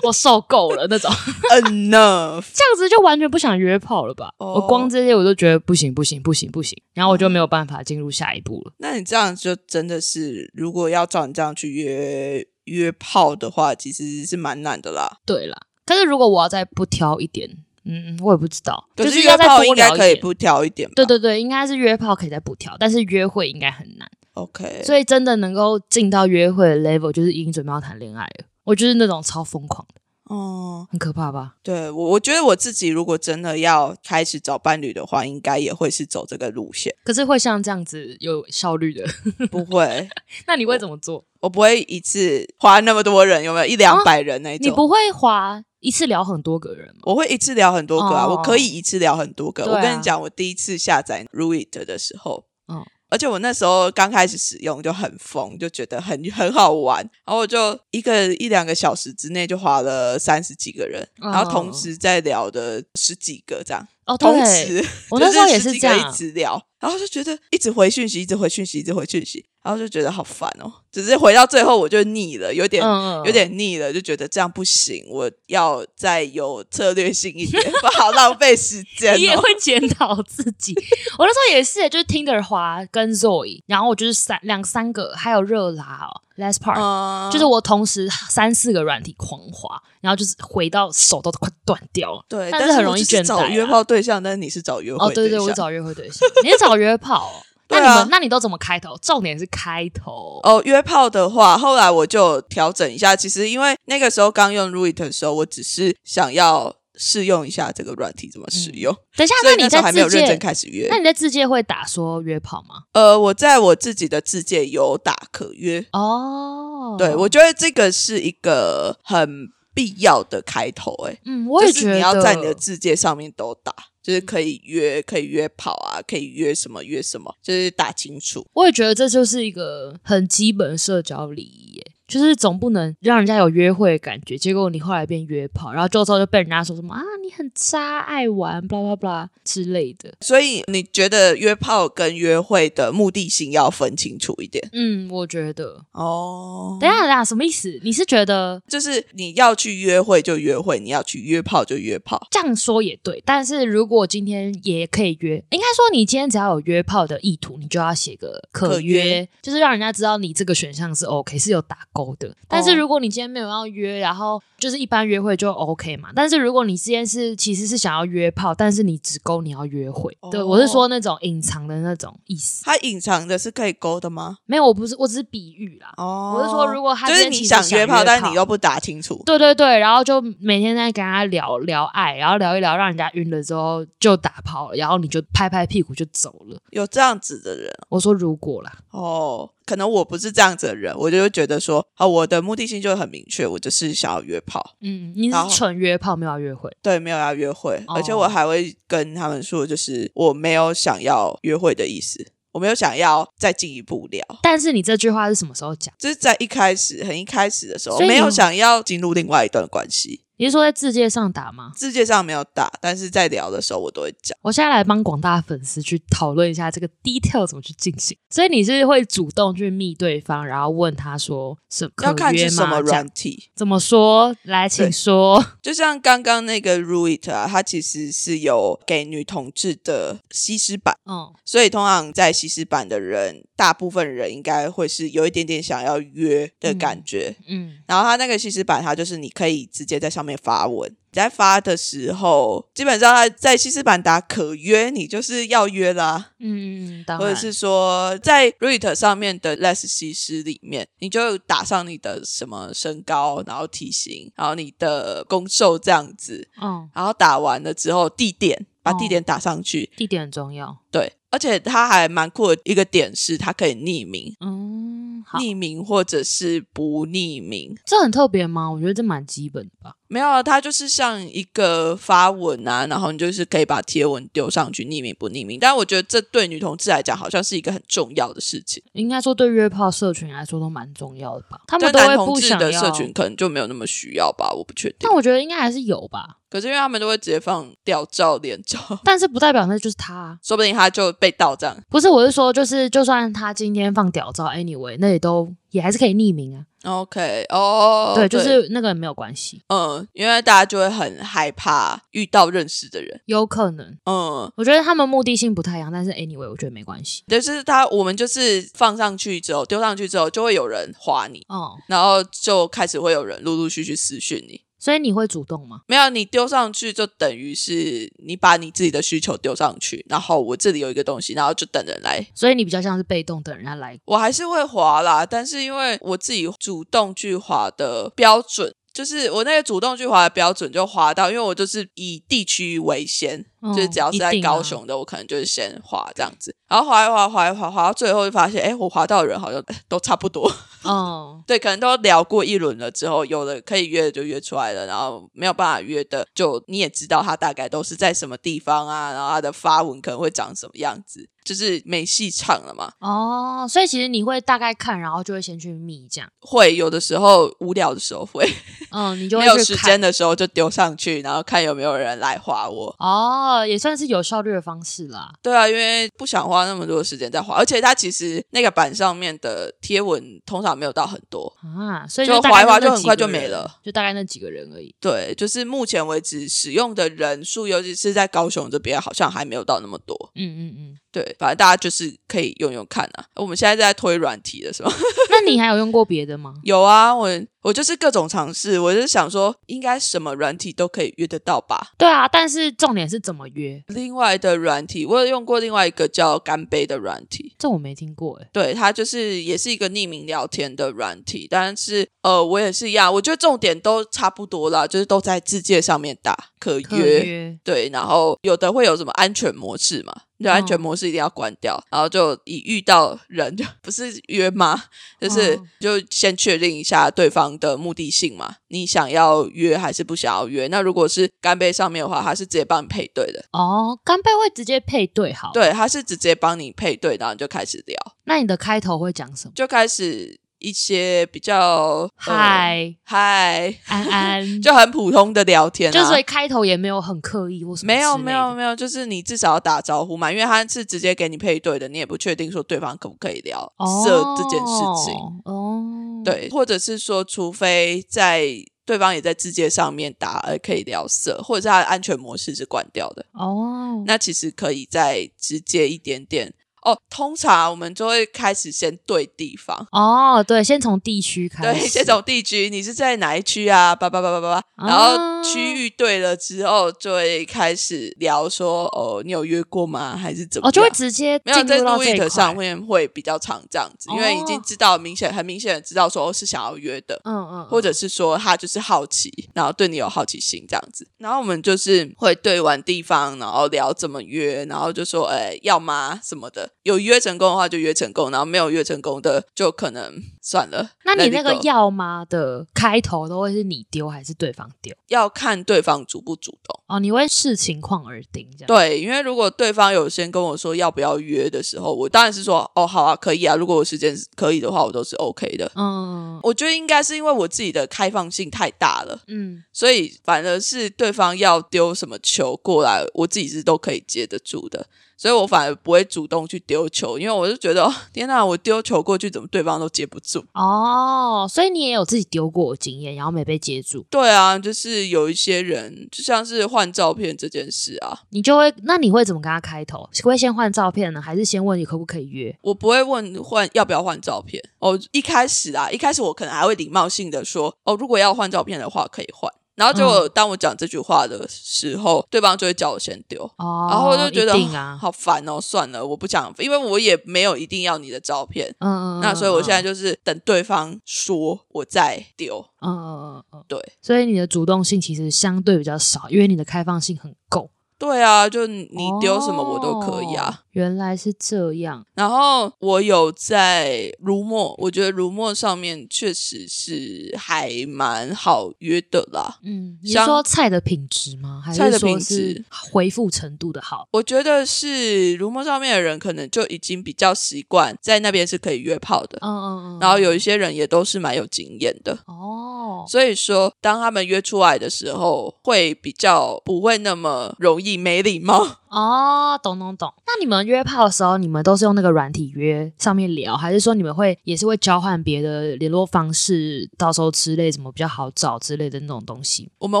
我受够了那种，
Enough，
这样子就完全不想约炮了吧？
哦嗯
我光这些我都觉得不行不行不行不行，然后我就没有办法进入下一步了。
那你这样就真的是，如果要照你这样去约约炮的话，其实是蛮难的啦。
对啦，可是如果我要再不挑一点，嗯，我也不知道，
可
就是要
约
再
炮
多
应该
聊一
可以
点
不挑一点吧？
对对对，应该是约炮可以再不挑，但是约会应该很难。
，OK，
所以真的能够进到约会的 level，就是已经准备要谈恋爱了。我就是那种超疯狂的，
哦、
很可怕吧？
对我我觉得我自己如果真的要开始找伴侣的话，应该也会是走这个路线，
可是会像这样子有效率的，
不会，
那你会怎么做？
我不会一次花那么多人，有没有一两百人那
啊你
种？
不会滑一次聊很多个人吗？
我会一次聊很多个啊，
哦
我可以一次聊很多个。
对啊
我跟你讲，我第一次下载 Ruit 的时候，
嗯
而且我那时候刚开始使用就很疯，就觉得很很好玩，然后我就一个一两个小时之内就划了三十几个人，
哦
然后同时在聊的十几个这样，
哦，
同
对，
时
我
就
那时候也
十
是
几
这
个
样
一，直聊，然后就觉得一直回讯息，一直回讯息，一直回讯息，然后就觉得好烦哦，只是回到最后我就腻了，有点
嗯
有。点腻了，就觉得这样不行，我要再有策略性一 点，不好浪费时间、
你也
哦。
会检讨自己。我那时候也是，欸就是 Tinder 滑跟 Zoe，然后我就是三两三个，还有热拉哦，Last Part，、
嗯
就是我同时三四个软体狂滑，然后就是回到手都快断掉了。
对，
但
但
是很
我
容易
就是
倦
找
怠
约
啊
炮对象，但是你是找约
哦，
会
对对，
对象。
我找约会对象，你是找约炮、 哦？那
对
你
啊
们、那你都怎么开头？重点是开头。
哦，约炮的话，后来我就调整一下。其实因为那个时候刚用 Ruit 的时候，我只是想要试用一下这个软体怎么使用，
等一下，
所以
嗯你
时候
在
还没有
自
认真
介，
开始约
那。你在自介会打说约炮吗？
呃，我在我自己的自介有打可约，
哦，
对我觉得这个是一个很必要的开头、欸，
嗯，我也
就
觉
是
得嗯
你要在你的字界上面都打，就是可以约，可以约跑啊，可以约什么约什么，就是打清楚。
我也觉得这就是一个很基本的社交礼仪耶，就是总不能让人家有约会的感觉，结果你后来变约炮，然后之后就被人家说什么啊，你很渣，爱玩，blah blah blah 之类的。
所以你觉得约炮跟约会的目的性要分清楚一点
嗯，我觉得，
哦
等一下等一下，什么意思？你是觉得
就是你要去约会就约会，你要去约炮就约炮。
这样说也对，但是如果今天也可以约，应该说你今天只要有约炮的意图，你就要写个可
可约
约，就是让人家知道你这个选项是 OK 是有打勾
哦
的。但是如果你今天没有要约，然后就是一般约会就 OK 嘛。但是如果你今天是其实是想要约炮，但是你只勾你要约会，
哦
对我是说那种隐藏的那种意思，
它隐藏的是可以勾的吗？
没有，我不是我只是比喻啦。
哦
我是说如果他
就是
今天
你
其实
想
想
约
约
炮，但是
炮
你又不打清楚，
对对对，然后就每天在跟他聊聊爱，然后聊一聊，让人家晕了之后就打炮了，然后你就拍拍屁股就走了。
有这样子的人
我说如果啦，
哦。可能我不是这样子的人，我就会觉得说，啊、我的目的性就很明确，我就是想要约炮。
嗯，你
然后
是纯约炮没有要约会，
对，没有要约会，
哦
而且我还会跟他们说，就是我没有想要约会的意思，我没有想要再进一步聊，
但是你这句话是什么时候讲？
就是在一开始很一开始的时候，
所以你
没有想要进入另外一段关系。
你是说在字界上打吗？
字界上没有打，但是在聊的时候我都会讲。
我现在来帮广大粉丝去讨论一下这个 detail 怎么去进行。所以你是会主动去密对方，然后问他说什么
要看是什么
软
软体，
怎么说？来，
对
请说。
就像刚刚那个 Ruit 啊，它其实是有给女同志的西施版，
嗯，
所以通常在西施版的人，大部分人应该会是有一点点想要约的感觉，
嗯
然后它那个西施版，它就是你可以直接在上面发文。你在发的时候，基本上它在西施版打可约，你就是要约啦，
嗯，当
或者
然
是说在 Reddit 上面的 Less 西施里面，你就打上你的什么身高，然后体型，然后你的攻受这样子，
嗯，
然后打完了之后地点，把
哦
地点打上去，
地点很重要。
对。而且它还蛮酷的一个点是，它可以匿名，
嗯，好，
匿名或者是不匿名，
这很特别吗？我觉得这蛮基本的吧。
没有啊，它就是像一个发文啊，然后你就是可以把贴文丢上去，匿名不匿名。但我觉得这对女同志来讲，好像是一个很重要的事情。
应该说对约炮社群来说都蛮重要的吧？他们
对
都
男
会
同
不
志
想
的
要
社，群可能就没有那么需要吧，我不确定
但。我觉得应该还是有吧。
可是因为他们都会直接放吊照、脸照，
但是不代表那就是他啊、
说不定他就被盗这样。
不是，我是说，就是就算他今天放屌照，anyway，那也都也还是可以匿名啊。
OK，哦、
对，就是那个人没有关系，
嗯，因为大家就会很害怕遇到认识的人，
有可能。
嗯，
我觉得他们目的性不太一样，但是 anyway，我觉得没关系。
但是他我们就是放上去之后，丢上去之后，就会有人划你，
哦，
然后就开始会有人陆陆续续私讯你。
所以你会主动吗？
没有，你丢上去就等于是你把你自己的需求丢上去，然后我这里有一个东西，然后就等人来。
所以你比较像是被动等人家来。
我还是会滑啦，但是因为我自己主动去滑的标准，就是我那个主动去滑的标准就滑到，因为我就是以地区为先，
嗯
就是只要是在高，
一定啊
雄的，我可能就是先滑这样子，然后滑一滑，滑一滑，滑到最后就发现，哎，我滑到的人好像呃都差不多，
哦，
对，可能都聊过一轮了之后，有的可以约的就约出来了，然后没有办法约的，就你也知道他大概都是在什么地方啊，然后他的发文可能会长什么样子，就是没戏唱了嘛。
哦，所以其实你会大概看，然后就会先去密这样。
会有的时候无聊的时候会，
嗯，你就
没
会
有
去
时
看
间的时候就丢上去，然后看有没有人来划我。
哦，也算是有效率的方式啦。
对啊，因为不想花那么多时间在划，而且它其实那个版上面的贴文通常没有到很多。
啊，所以
就
大
划
概
一划
那
就很
几
快
个
就没
人
了，
就大概那几个人而已。
对，就是目前为止使用的人数，尤其是在高雄这边，好像还没有到那么多。
嗯嗯嗯。
对，反正大家就是可以用用看啊。我们现在在推软体的是吗？
那你还有用过别的吗？
有啊，我我就是各种尝试，我就是想说，应该什么软体都可以约得到吧。
对啊，但是重点是怎么约，
另外的软体，我有用过另外一个叫干杯的软体，
这我没听过哎、
对，它就是也是一个匿名聊天的软体，但是呃，我也是一样，我觉得重点都差不多啦，就是都在字界上面打可约。
特约
对，然后有的会有什么安全模式嘛？就安全
嗯
模式一定要关掉，然后就一遇到人就不是约吗？就是、
嗯
就先确定一下对方的目的性嘛，你想要约还是不想要约？那如果是干杯上面的话，它是直接帮你配对的，
哦，干贝会直接配对好。，
对，它是直接帮你配对，然后你就开始聊。
那你的开头会讲什么？
就开始一些比较呃
嗨，
嗨，
安安，
就很普通的聊天、啊，
就所以开头也没有很刻意或什么之类
没
的，
有没有没有，就是你至少要打招呼嘛，因为他是直接给你配对的，你也不确定说对方可不可以聊
哦
色这件事情，
哦，，
对，或者是说，除非在。对方也在字节上面打，呃，可以聊色，或者是他的安全模式是关掉的。
哦，
那其实可以再直接一点点哦。通常我们就会开始先对地方，
哦，对，先从地区开始，
对，这种地区你是在哪一区啊？叭叭叭叭叭叭，然后
啊
区域对了之后，就会开始聊说，哦，你有约过吗？还是怎么
哦，
样？
就会直接
没有
进
在
入到
Do
这一
It
块
上，面会比较常这样子，因为已经
哦
知道明显很明显的知道说、哦、是想要约的。
嗯嗯，
或
者
者是说他就是好奇，然后对你有好奇心这样子，然后我们就是会对完地方，然后聊怎么约，然后就说，哎，要吗什么的，有约成功的话就约成功，然后没有约成功的就可能算了。
那你那
let it
个
go
要吗的开头都会是你丢还是对方丢？
要看对方主不主动。
哦，你会视情况而定这样。
对，因为如果对方有先跟我说要不要约的时候，我当然是说哦，好啊，可以啊。如果我时间是可以的话，我都是 OK 的。
嗯
我觉得应该是因为我自己的开放性太大了，
嗯，
所以反而是对方要丢什么球过来，我自己是都可以接得住的。所以我反而不会主动去丢球，因为我就觉得，哦、天哪，我丢球过去，怎么对方都接不住？
哦，所以你也有自己丢过的经验，然后没被接住，
对啊，就是有一些人，就像是换照片这件事啊，
你就会，那你会怎么跟他开头？会先换照片呢，还是先问你可不可以约？
我不会问换要不要换照片。哦，一开始啊，一开始我可能还会礼貌性的说，哦，如果要换照片的话可以换。然后结果
嗯
当我讲这句话的时候，对方就会叫我先丢。
哦，
然后我就觉得、
一定啊，
好烦哦，算了，我不想，因为我也没有一定要你的照片，
嗯嗯，
那所以我现在
就，
就是等对方说，我再丢。
嗯嗯嗯嗯，
对，
所以你的主动性其实相对比较少，因为你的开放性很够。
对啊，就你你丢什么
哦
我都可以啊。
原来是这样，
然后我有在如墨，我觉得如墨上面确实是还蛮好约的啦。
嗯，你是
像
说菜的品质吗？还
菜
是
的
说
品质
是回复程度的好？
我觉得是如墨上面的人，可能就已经比较习惯在那边是可以约炮的，
嗯嗯嗯，
然后有一些人也都是蛮有经验的，
哦，
所以说当他们约出来的时候，会比较不会那么容易没礼貌。
哦，懂懂懂。那你们约炮的时候，你们都是用那个软体约上面聊，还是说你们会也是会交换别的联络方式，到时候之类怎么比较好找之类的那种东西
我们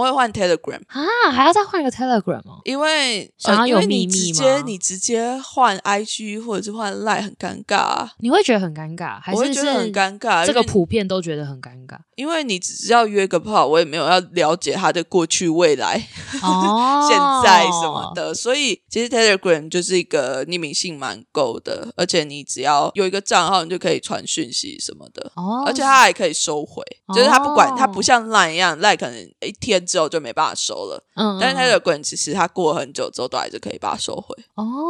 会换 Telegram，
啊？还要再换一个 Telegram 哦？
因为
想要
呃、因
有
为
秘
你直
密
接
吗
你直接换 IG 或者是换 Line 很尴尬、啊，
你会觉得很尴尬，还
我
是
会
是
觉得很尴尬。
这个
因为
普遍都觉得很尴 尬
因为你只是要约个炮，我也没有要了解他的过去、未来、
哦。
现在什么的，所以其实 Telegram 就是一个匿名性蛮够的，而且你只要有一个账号，你就可以传讯息什么的。
哦，
而且它还可以收回，就是它不管
哦
它不像 Line 一样，Line 可能一天之后就没办法收了，
嗯，嗯，
但是
嗯
Telegram 其实它过很久之后都还是可以把它收回。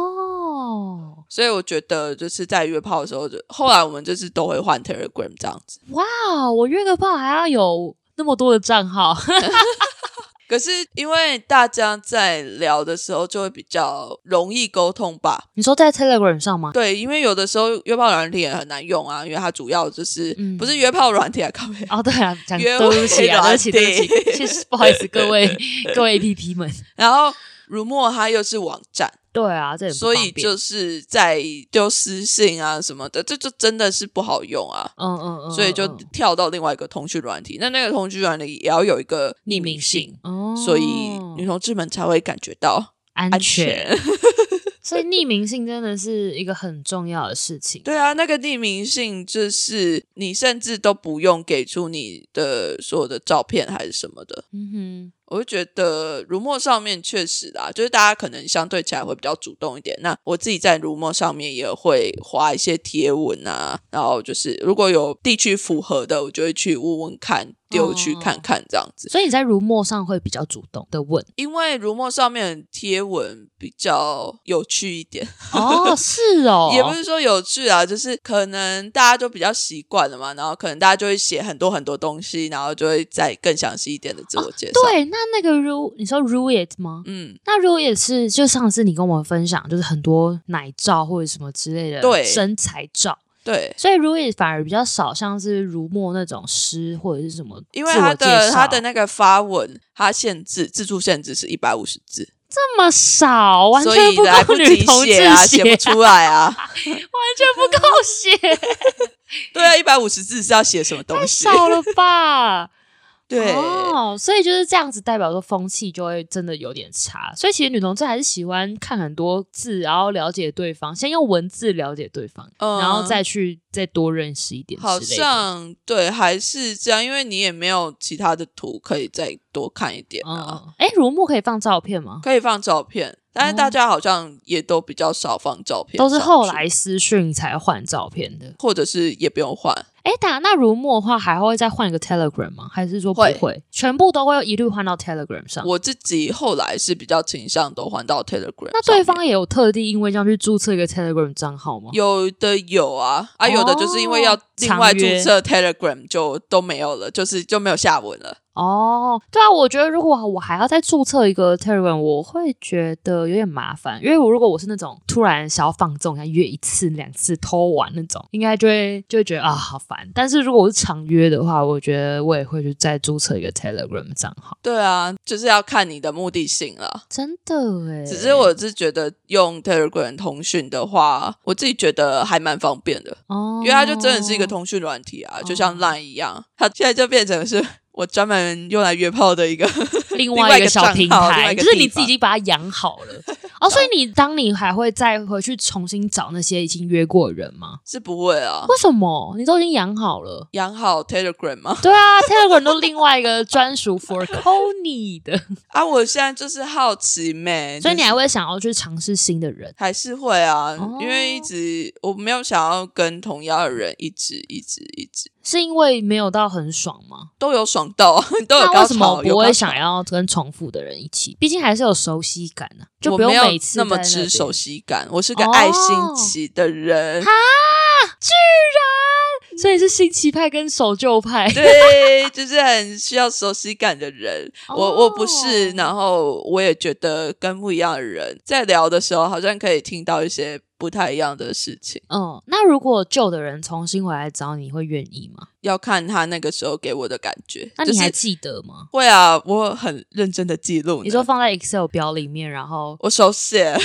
哦，
所以我觉得就是在约炮的时候，就后来我们就是都会换 Telegram 这样子。
哇，我约个炮还要有那么多的账号，
可是因为大家在聊的时候就会比较容易沟通吧，
你说在 Telegram 上吗？
对，因为有的时候约炮软体也很难用啊，因为它主要就是、
嗯
不是约炮软体啊， 靠背，
哦，对啊，讲
约
对
会
不起啊，对
软
不起，对不 起，
体
谢谢，不好意思，各 位各位 A P P 们。
然后如墨它又是网站，
对啊，这也不
所以
方便
就是在丢私信啊什么的，这就真的是不好用啊。
嗯嗯嗯，
所以就
嗯
跳到另外一个通讯软体，那那个通讯软体也要有一个匿名性，
嗯哦，
所以女同志们才会感觉到
安
安
全，
全。
所以匿名性真的是一个很重要的事情。
对啊，那个匿名性就是你甚至都不用给出你的所有的照片还是什么的，
嗯
我就觉得如墨上面确实啦，就是大家可能相对起来会比较主动一点。那我自己在如墨上面也会划一些贴文啊，然后就是如果有地区符合的，我就会去问问看，丢去看看这样
哼，
子。
所以你在如墨上会比较主动的 问
因为如墨上面的贴文比较有趣一点，
哦，是哦，
也不是说有趣啊，就是可能大家都比较习惯了嘛，然后可能大家就会写很多很多东西，然后就会再更详细一点的自我介绍。
哦对。那那个如你说如 it 吗？
嗯，
那如也是，就上次你跟我们分享，就是很多奶照或者什么之类的，
对
身材照，
对。
所以如也反而比较少，像是如墨那种诗或者是什么自
因
我
为
介绍，
他的他的那个发文，他限制字数限制是一百五十字，
这么少，完
所
全
以
不
来
够女
及
同志
写啊，写不出来 啊。
完全不够写，
对啊，一百五十字是要写什么东
太
西？
少了吧？
对，
哦，所以就是这样子，代表说风气就会真的有点差。所以其实女同志还是喜欢看很多字，然后了解对方，先用文字了解对方，
嗯
然后再去再多认识一点之类
好
的。
像对，还是这样，因为你也没有其他的图可以再多看一点啊，
嗯，哎、如墨可以放照片吗？
可以放照片，但是大家好像也都比较少放照片，
哦都是后，来私讯才换照片的。
或者是也不用换，
哎，打那如墨的话，还会再换一个 Telegram 吗？还是说不
会
会？全部都会一律换到 Telegram 上？
我自己后来是比较倾向都换到 Telegram，
那对
上面
方也有特地因为这样去注册一个 Telegram 账号吗？
有的有啊，啊，有的就是因为要
哦
另外
长
注
约
册 Telegram 就都没有了，就是就没有下文了。
哦，对啊，我觉得如果我还要再注册一个 Telegram，我会觉得有点麻烦，因为我如果我是那种突然想要放纵，想约一次两次偷玩那种，应该就会就会觉得啊好烦。但是如果我是常约的话，我觉得我也会去再注册一个 Telegram 账号。
对啊，就是要看你的目的性了。
真的哎，
只是我是觉得用 Telegram 通讯的话，我自己觉得还蛮方便的，
哦，
因为它就真的是一个通讯软体啊，就像 Line 一样，它现在就变成是我专门用来约炮的一个
另
另外
外
一
一
个
个
账号
小平
另外
台，
一个
就是
地
你自己
方
已经把它养好了哦。所以你当你还会再回去重新找那些已经约过的人吗？
是不会啊。
为什么？你都已经养好了。
养好 Telegram 吗？
对啊，Telegram 都另外一个专属 for Kony 的，
啊，我现在就是好奇妹，
所以你还
就是
会想要去尝试新的人
还是会啊，
哦
因为一直我没有想要跟同样的人一直一直一直
是因为没有到很爽吗？
都有爽到啊， 都有
那
高
为什么
潮，有
不会
高
想
潮
要跟重复的人一起？毕竟还是有熟悉感呢、就
我
不用
没有
每次
那么
在
吃
边
熟悉感，我是个爱新
哦
奇的人。
所以是新奇派跟守旧派。
对，就是很需要熟悉感的人。我我不是，
哦
然后我也觉得跟不一样的人在聊的时候，好像可以听到一些不太一样的事情。
嗯，那如果旧的人重新回来找你，你会愿意吗？
要看他那个时候给我的感觉，
那
就
你还
是
记得吗？
会啊，我很认真的记录呢。
你说放在 Excel 表里面，然后，
我手 写，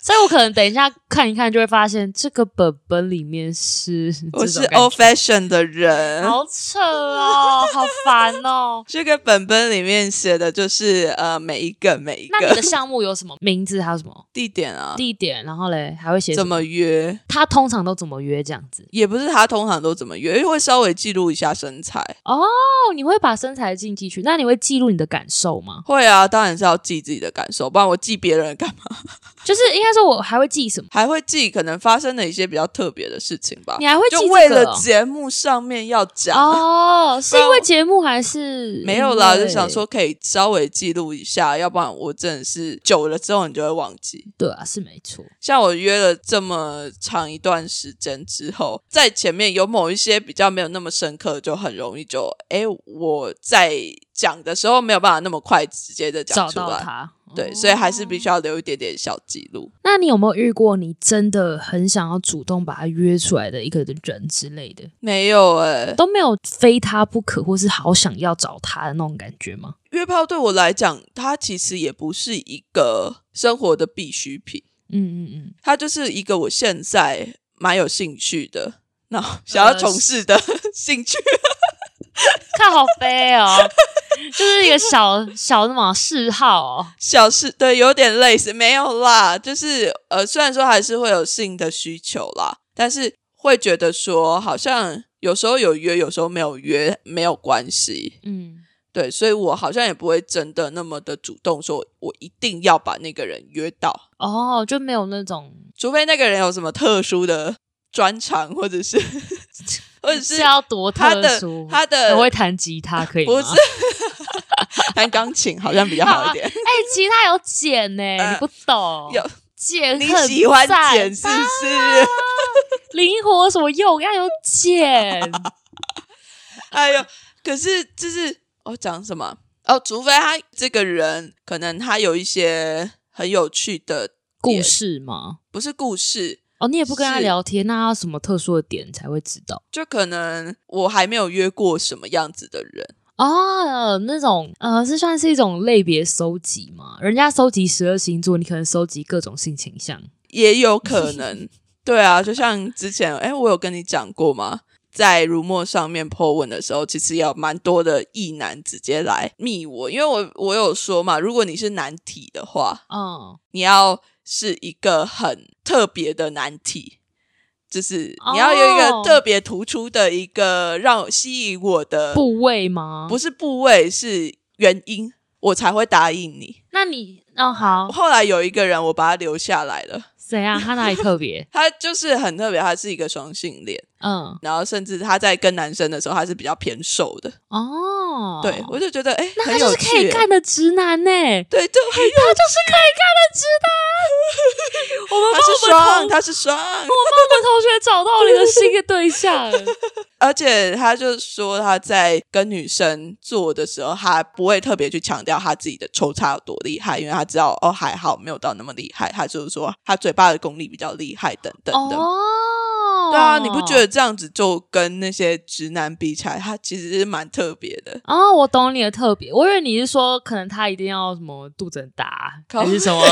所以我可能等一下看一看，就会发现这个本本里面是
我
这
是
种感
old
觉
fashion 的人。
好扯哦，好烦 哦。
这个本本里面写的就是呃每一个每一
那你的
个
项目有什么名字，还有什么
地点啊，
地点，然后嘞还会写什
怎
么？
么约，
他通常都怎么约这样子？
也不是他通常都怎么约，因为会稍微记录一下身材。
哦，你会把身材进进去，那你会记录你的感受吗？
会啊，当然是要记自己的感受，不然我记别人的干嘛？
就是应该说，我还会记什么？
还会记可能发生的一些比较特别的事情吧
你。还会记
就
这
为
个
了啊
哦
节目上面要讲，
哦，是因为节目还是
没有啦，
因
就
为
想说可以稍微记录一下，要不然我真的是久了之后你就会忘记。
对啊，是没错。
像我约了这么长一段时间之后，在前面有某一些比较没有那么深刻，就很容易就诶，我在讲的时候没有办法那么快直接的讲
找
出
到
来，
他，
对，
哦
所以还是必须要留一点点小记录。
那你有没有遇过你真的很想要主动把他约出来的一个人之类的，
没有呃诶、
都没有非他不可，或是好想要找他的那种感觉吗？
约炮对我来讲，它其实也不是一个生活的必需品，
嗯嗯嗯，
它就是一个我现在蛮有兴趣的，然后想要从事的 兴趣。
看好飞哦，就是一个小小什么嗜好哦。
小事对，有点类似，没有啦，就是呃，虽然说还是会有性的需求啦，但是会觉得说好像有时候有约，有时候没有约，没有关系。
嗯，
对，所以我好像也不会真的那么的主动说，我一定要把那个人约到，
哦，就没有那种
除非那个人有什么特殊的专长，或者是 或者
是
是
要多
他
特
的
殊，
他
我会
的
弹吉他可以吗？
不是弹钢琴好像比较好一点。
哎、吉他有剪呢、
呃
你不懂。
有
剪
你
啊很
喜欢
赞
剪是不是？
灵活什么用？要有 剪。
哎呦，可是就是我讲什么哦？除非他这个人可能他有一些很有趣的
故
点，
事吗？
不是故事，
哦，你也不跟他
是
聊天，那他有什么特殊的点才会知道？
就可能我还没有约过什么样子的人。
哦，那种呃，是算是一种类别搜集吗？人家搜集十二星座，你可能搜集各种性倾向。
也有可能。 对啊，就像之前，哎，我有跟你讲过吗？在如墨上面 po 文的时候，其实也有蛮多的异男直接来密我，因为我我有说嘛，如果你是男体的话，
嗯，
你要是一个很特别的男体，就是你要有一
哦
个特别突出的一个让吸引我的，
部位吗？
不是部位是原因，我才会答应你。
那你哦好，
后来有一个人，我把他留下来了。？
谁啊？他哪里特别
他就是很特别，他是一个双性恋，
嗯，
然后甚至他在跟男生的时候，他是比较偏瘦的。
哦，
对，我就觉得哎、诶
那他
很
就
有
是可以
趣、
干
欸。
的直男呢、
对，就很有，
他就是可以干的直男。我们
他是
帮我们
双，
同
他是双，
我们同学找到了一个新的对 象。
而且他就说他在跟女生做的时候，他不会特别去强调他自己的抽插有多厉害，因为他知道哦还好没有到那么厉害，他就是说他嘴巴的功力比较厉害等等的。
哦，
对啊，你不觉？得这样子就跟那些直男比起来，他其实是蛮特别的。
哦，我懂你的特别，我以为你是说可能他一定要什么肚子很大，
靠
还是什么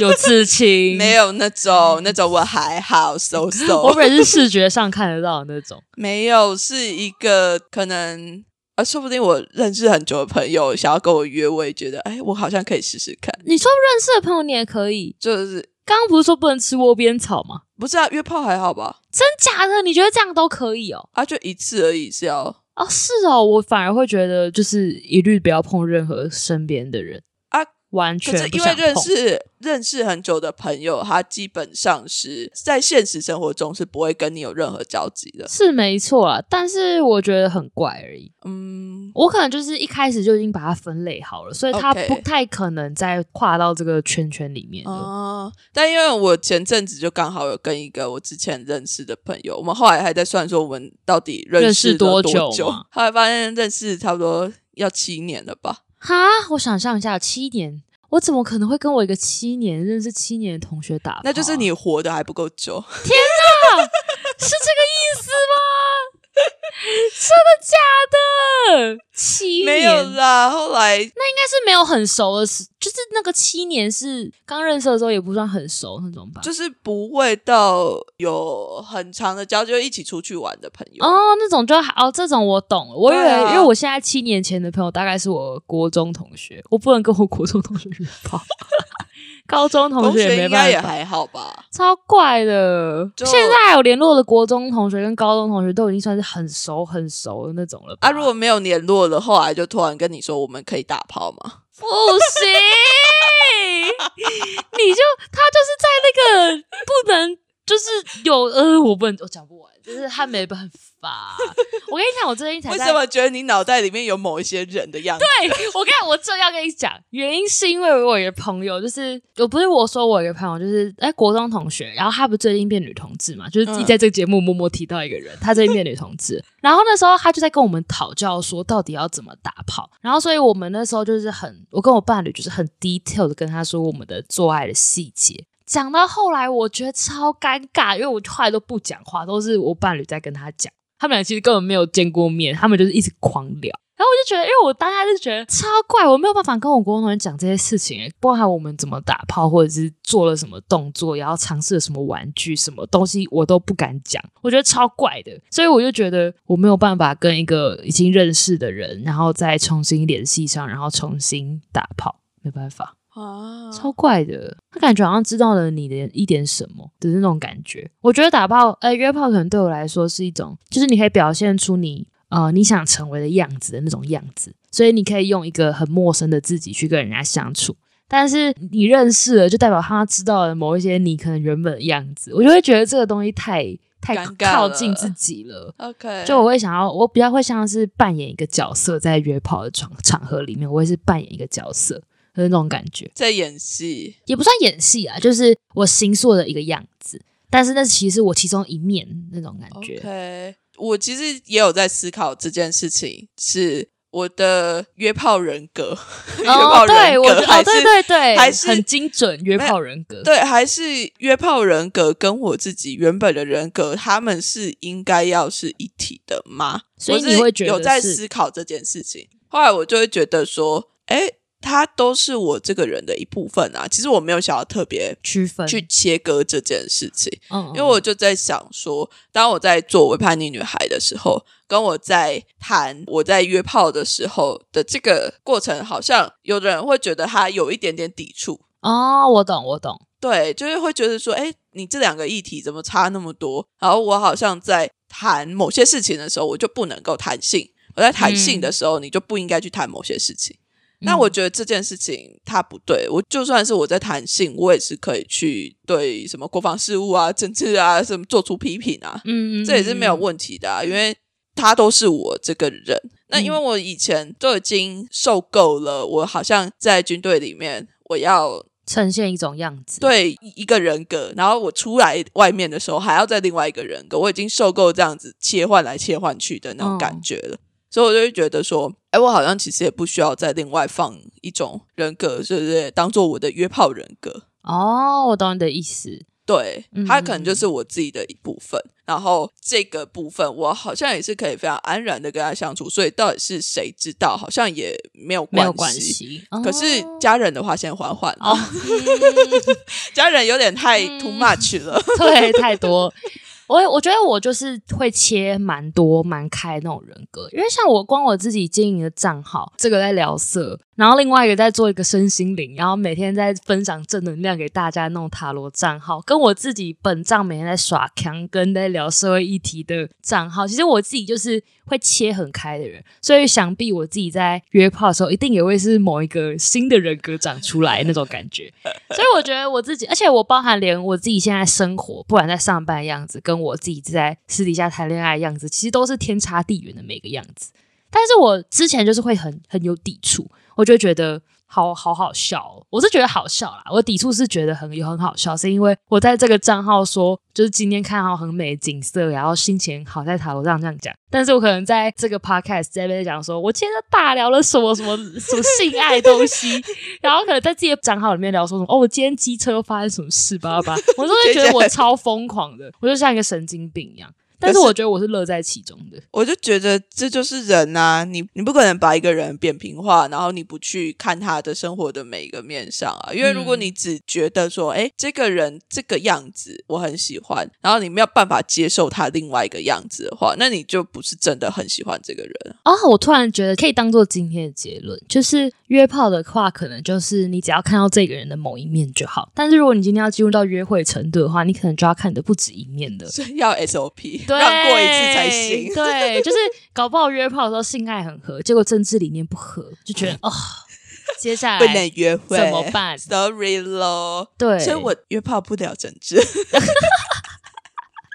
有刺青？
没，有那种那种我还好，so
我
so，
本是视觉上看得到的那种。
没有是一个可能啊，说不定我认识很久的朋友想要跟我约，我也觉得哎，我好像可以试试看，
你说认识的朋友你也可以，
就是
刚刚不是说不能吃窝边草吗？
不是啊，约炮还好吧？
真假的？你觉得这样都可以哦？
啊，就一次而已，是要
哦，是哦，我反而会觉得就是一律不要碰任何身边的人。
啊，
完
可
全
是
不
因为
想
认
碰
识认识很久的朋友，他基本上是在现实生活中是不会跟你有任何交集的。
是没错啦，但是我觉得很怪而已。
嗯，
我可能就是一开始就已经把它分类好了，所以它
OK
不太可能再跨到这个圈圈里面了。
哦，但因为我前阵子就刚好有跟一个我之前认识的朋友，我们后来还在算说我们到底认
认
识
识
了
多
多
久嘛
后来发现认识差不多要七年了吧。
哈，我想象一下，七年，我怎么可能会跟我一个七年认识七年的同学打炮啊、
那就是你活得还不够久，
是这个意思吗？ 真的假的？七年
没有啦。后来
应该是没有很熟的时，就是那个七年是刚认识的时候，也不算很熟那种吧。
就是不会到有很长的交集，就一起出去玩的朋友。
哦，那种就还哦，这种我懂了。我以为，
对啊
因为我现在七年前的朋友大概是我国中同学，我不能跟我国中同学约炮， 高中同
同
学也
学
没
应该
办
也
法。
还好吧？
超怪的！
就
现在还有联络的国中同学跟高中同学都已经算是很熟很熟的那种了吧
啊，如果没有联络了，后来就突然跟你说我们可以打炮吗？
不行，你就他就是在那个不能，就是有呃，我不能，我讲不完，就是他没办法。我跟你讲，我最近才
为
在
什么觉得你脑袋里面有某一些人的样子？
对我跟我正要跟你讲，原因是因为我有一个朋友，就是我不是我说我有一个朋友，就是哎、国中同学，然后他不是最近变女同志嘛，就是自己
嗯
在这个节目默默提到一个人，他最近变女同志，然后那时候他就在跟我们讨教说到底要怎么打炮，然后所以我们那时候就是很，我跟我伴侣就是很 detail 的跟他说我们的做爱的细节。讲到后来，我觉得超尴尬，因为我后来都不讲话，都是我伴侣在跟他讲。他们俩其实根本没有见过面，他们就是一直狂聊。然后我就觉得，因为我当下就觉得超怪，我没有办法跟我国中同学讲这些事情、欸，包含我们怎么打炮，或者是做了什么动作，然后尝试了什么玩具、什么东西，我都不敢讲，我觉得超怪的。所以我就觉得我没有办法跟一个已经认识的人，然后再重新联系上，然后重新打炮，没办法，
啊，
超怪的。他感觉好像知道了你的一点什么的那种感觉。我觉得打炮，呃，约炮可能对我来说是一种，就是你可以表现出你呃你想成为的样子的那种样子，所以你可以用一个很陌生的自己去跟人家相处。但是你认识了，就代表他知道了某一些你可能原本的样子，我就会觉得这个东西太太
尴尬
靠
了
近自己了。
OK，
就我会想要，我比较会像是扮演一个角色，在约炮的场场合里面，我会是扮演一个角色的那种感觉。
在演戏，
也不算演戏啊，就是我形塑的一个样子。但是那其实是我其中一面那种感觉。哦
OK，我其实也有在思考这件事情，是我的约炮人格， 约炮人
对，
格
我觉得
还
哦，
是、
对对对，
还是
很精准约炮人格。
对还是约炮人格跟我自己原本的人格，他们是应该要是一体的吗？
所以
我
你
是
会觉得
有在
是
思考这件事情，后来我就会觉得说，哎。他都是我这个人的一部分啊，其实我没有想要特别
区分，
去切割这件事情，
嗯，嗯
因为我就在想说，当我在做《伪叛逆女孩》的时候，跟我在谈我在约炮的时候的这个过程，好像有的人会觉得他有一点点抵触，
哦，我懂，我懂，
对，就是会觉得说，哎，你这两个议题怎么差那么多？然后我好像在谈某些事情的时候，我就不能够谈性；我在谈性的时候，你就不应该去谈某些事情。那
嗯
我觉得这件事情它不对，我就算是我在谈性，我也是可以去对什么国防事务啊、政治啊什么做出批评啊，
嗯，嗯
这也是没有
嗯
问题的、啊，因为他都是我这个人。那
嗯
因为我以前都已经受够了，我好像在军队里面，我要
呈现一种样子。，
对一个人格，然后我出来外面的时候还要再另外一个人格，我已经受够这样子切换来切换去的那种
嗯
感觉了。所以我就会觉得说，哎，我好像其实也不需要再另外放一种人格，就是当做我的约炮人格。
哦，我懂你的意思。
对
嗯，
它可能就是我自己的一部分。然后这个部分，我好像也是可以非常安然的跟他相处。所以到底是谁知道，好像也没有
没
关
有关。系，
可是
哦
家人的话，先缓缓
哦嗯
啊，， 家人有点太 too much 了。
对，太多。我我觉得我就是会切蛮多蛮开那种人格，因为像我光我自己经营的账号，这个在聊色，然后另外一个在做一个身心灵，然后每天在分享正能量给大家那种塔罗账号，跟我自己本账每天在耍强跟在聊社会议题的账号，其实我自己就是会切很开的人，所以想必我自己在约炮的时候，一定也会是某一个新的人格长出来那种感觉。所以我觉得我自己，而且我包含连我自己现在生活，不管在上班的样子，跟我自己在私底下谈恋爱的样子，其实都是天差地远的每个样子。但是我之前就是会很很有抵触，我就会觉得好好好笑哦、我是觉得好笑啦。我抵触是觉得很有很好笑，是因为我在这个账号说，就是今天看到很美的景色，然后心情好，在塔罗上这样讲。但是我可能在这个 podcast 这边讲说，我今天就大聊了什么什么什么性爱东西，然后可能在自己的账号里面聊说什么哦，我今天机车又发生什么事吧吧，我都会觉得我超疯狂的，我就像一个神经病一样。但是
可是
我觉得我是乐在其中的。
我就觉得这就是人呐、你你不可能把一个人扁平化，然后你不去看他的生活的每一个面上啊。因为如果
嗯
你只觉得说，哎、这个人这个样子我很喜欢，然后你没有办法接受他另外一个样子的话，那你就不是真的很喜欢这个人啊。
哦，我突然觉得可以当做今天的结论，就是约炮的话，可能就是你只要看到这个人的某一面就好。但是如果你今天要进入到约会程度的话，你可能就要看的不止一面的。
所以要 SOP，
对，
让过一次 才行。
对，就是搞不好约炮的时候性爱很合，结果政治理念不合，就觉得哦，接下
不能
来
约会
怎么办？
？Sorry 咯，
对，
所以我约炮不聊政治，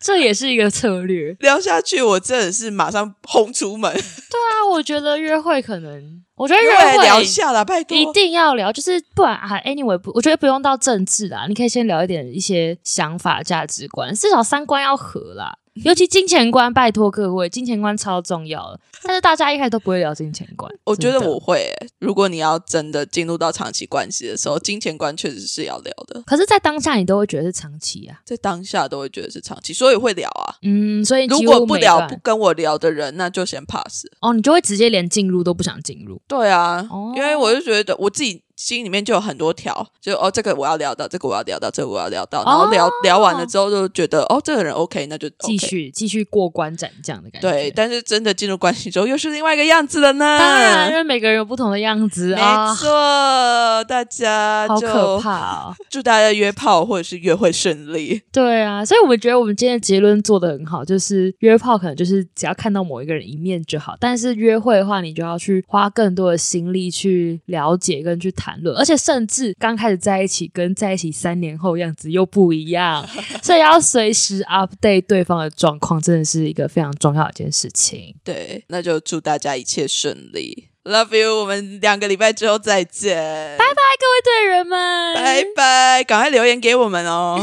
这也是一个策略。
聊下去我真的是马上轰 出门，
对啊，我觉得约会可能，我觉得
因
约
为
会
聊下了，拜托
一。定要聊，就是不然啊，anyway，不我觉得不用到政治啦，你可以先聊一点一些想法、价值观，至少三观要合 啦。尤其金钱观，拜托各位，金钱观超重要的。但是大家一开始都不会聊金钱观，
我觉
真
得
的
我会欸、如果你要真的进入到长期关系的时候，金钱观确实是要聊的，
可是，在当下你都会觉得是长期啊，
在当下都会觉得是长期，所以会聊啊。
嗯，所以
如
几
果
乎
不
每
聊
段
不跟我聊的人，那就先 pass。
哦，你就会直接连进入都不想进入。
对啊，
哦
因为我就觉得我自己心里面就有很多条，就哦这个我要聊到，这个我要聊到，这个我要聊
哦
到，然后聊、聊完了之后就觉得哦这个人 OK，那就 OK
继。续继续过关斩将的感觉，
对，但是真的进入关系之后又是另外一个样子了呢。
当然，因为每个人有不同的样子啊
没，错，大家
好可
就
怕啊！
祝大家约炮或者是约会顺利。
对啊，所以我们觉得我们今天的结论做的很好，就是约炮可能就是只要看到某一个人一面就好，但是约会的话，你就要去花更多的心力去了解跟去谈论，而且甚至刚开始在一起跟在一起三年后样子又不一样，所以要随时 update 对方的状况，真的是一个非常重要的一件事情。
对，那就祝大家一切顺利，Love you！我们两个礼拜之后再见，拜
嗨，各位队人们，
拜拜，赶快留言给我们哦。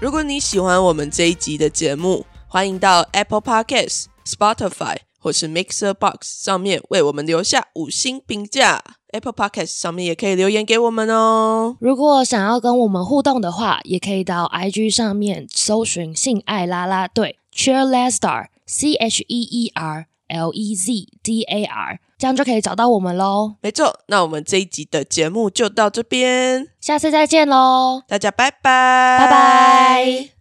如果你喜欢我们这一集的节目，欢迎到 Apple Podcasts、Spotify 或是 Mixer Box 上面为我们留下五星评价。Apple Podcasts 上面也可以留言给我们哦。
如果想要跟我们互动的话，也可以到 IG 上面搜寻“性爱啦啦队 ”（Cheerleader C H E E R L E Z D A R），这样就可以找到我们喽。
没错，那我们这一集的节目就到这边，
下次再见喽，
大家拜拜，
拜拜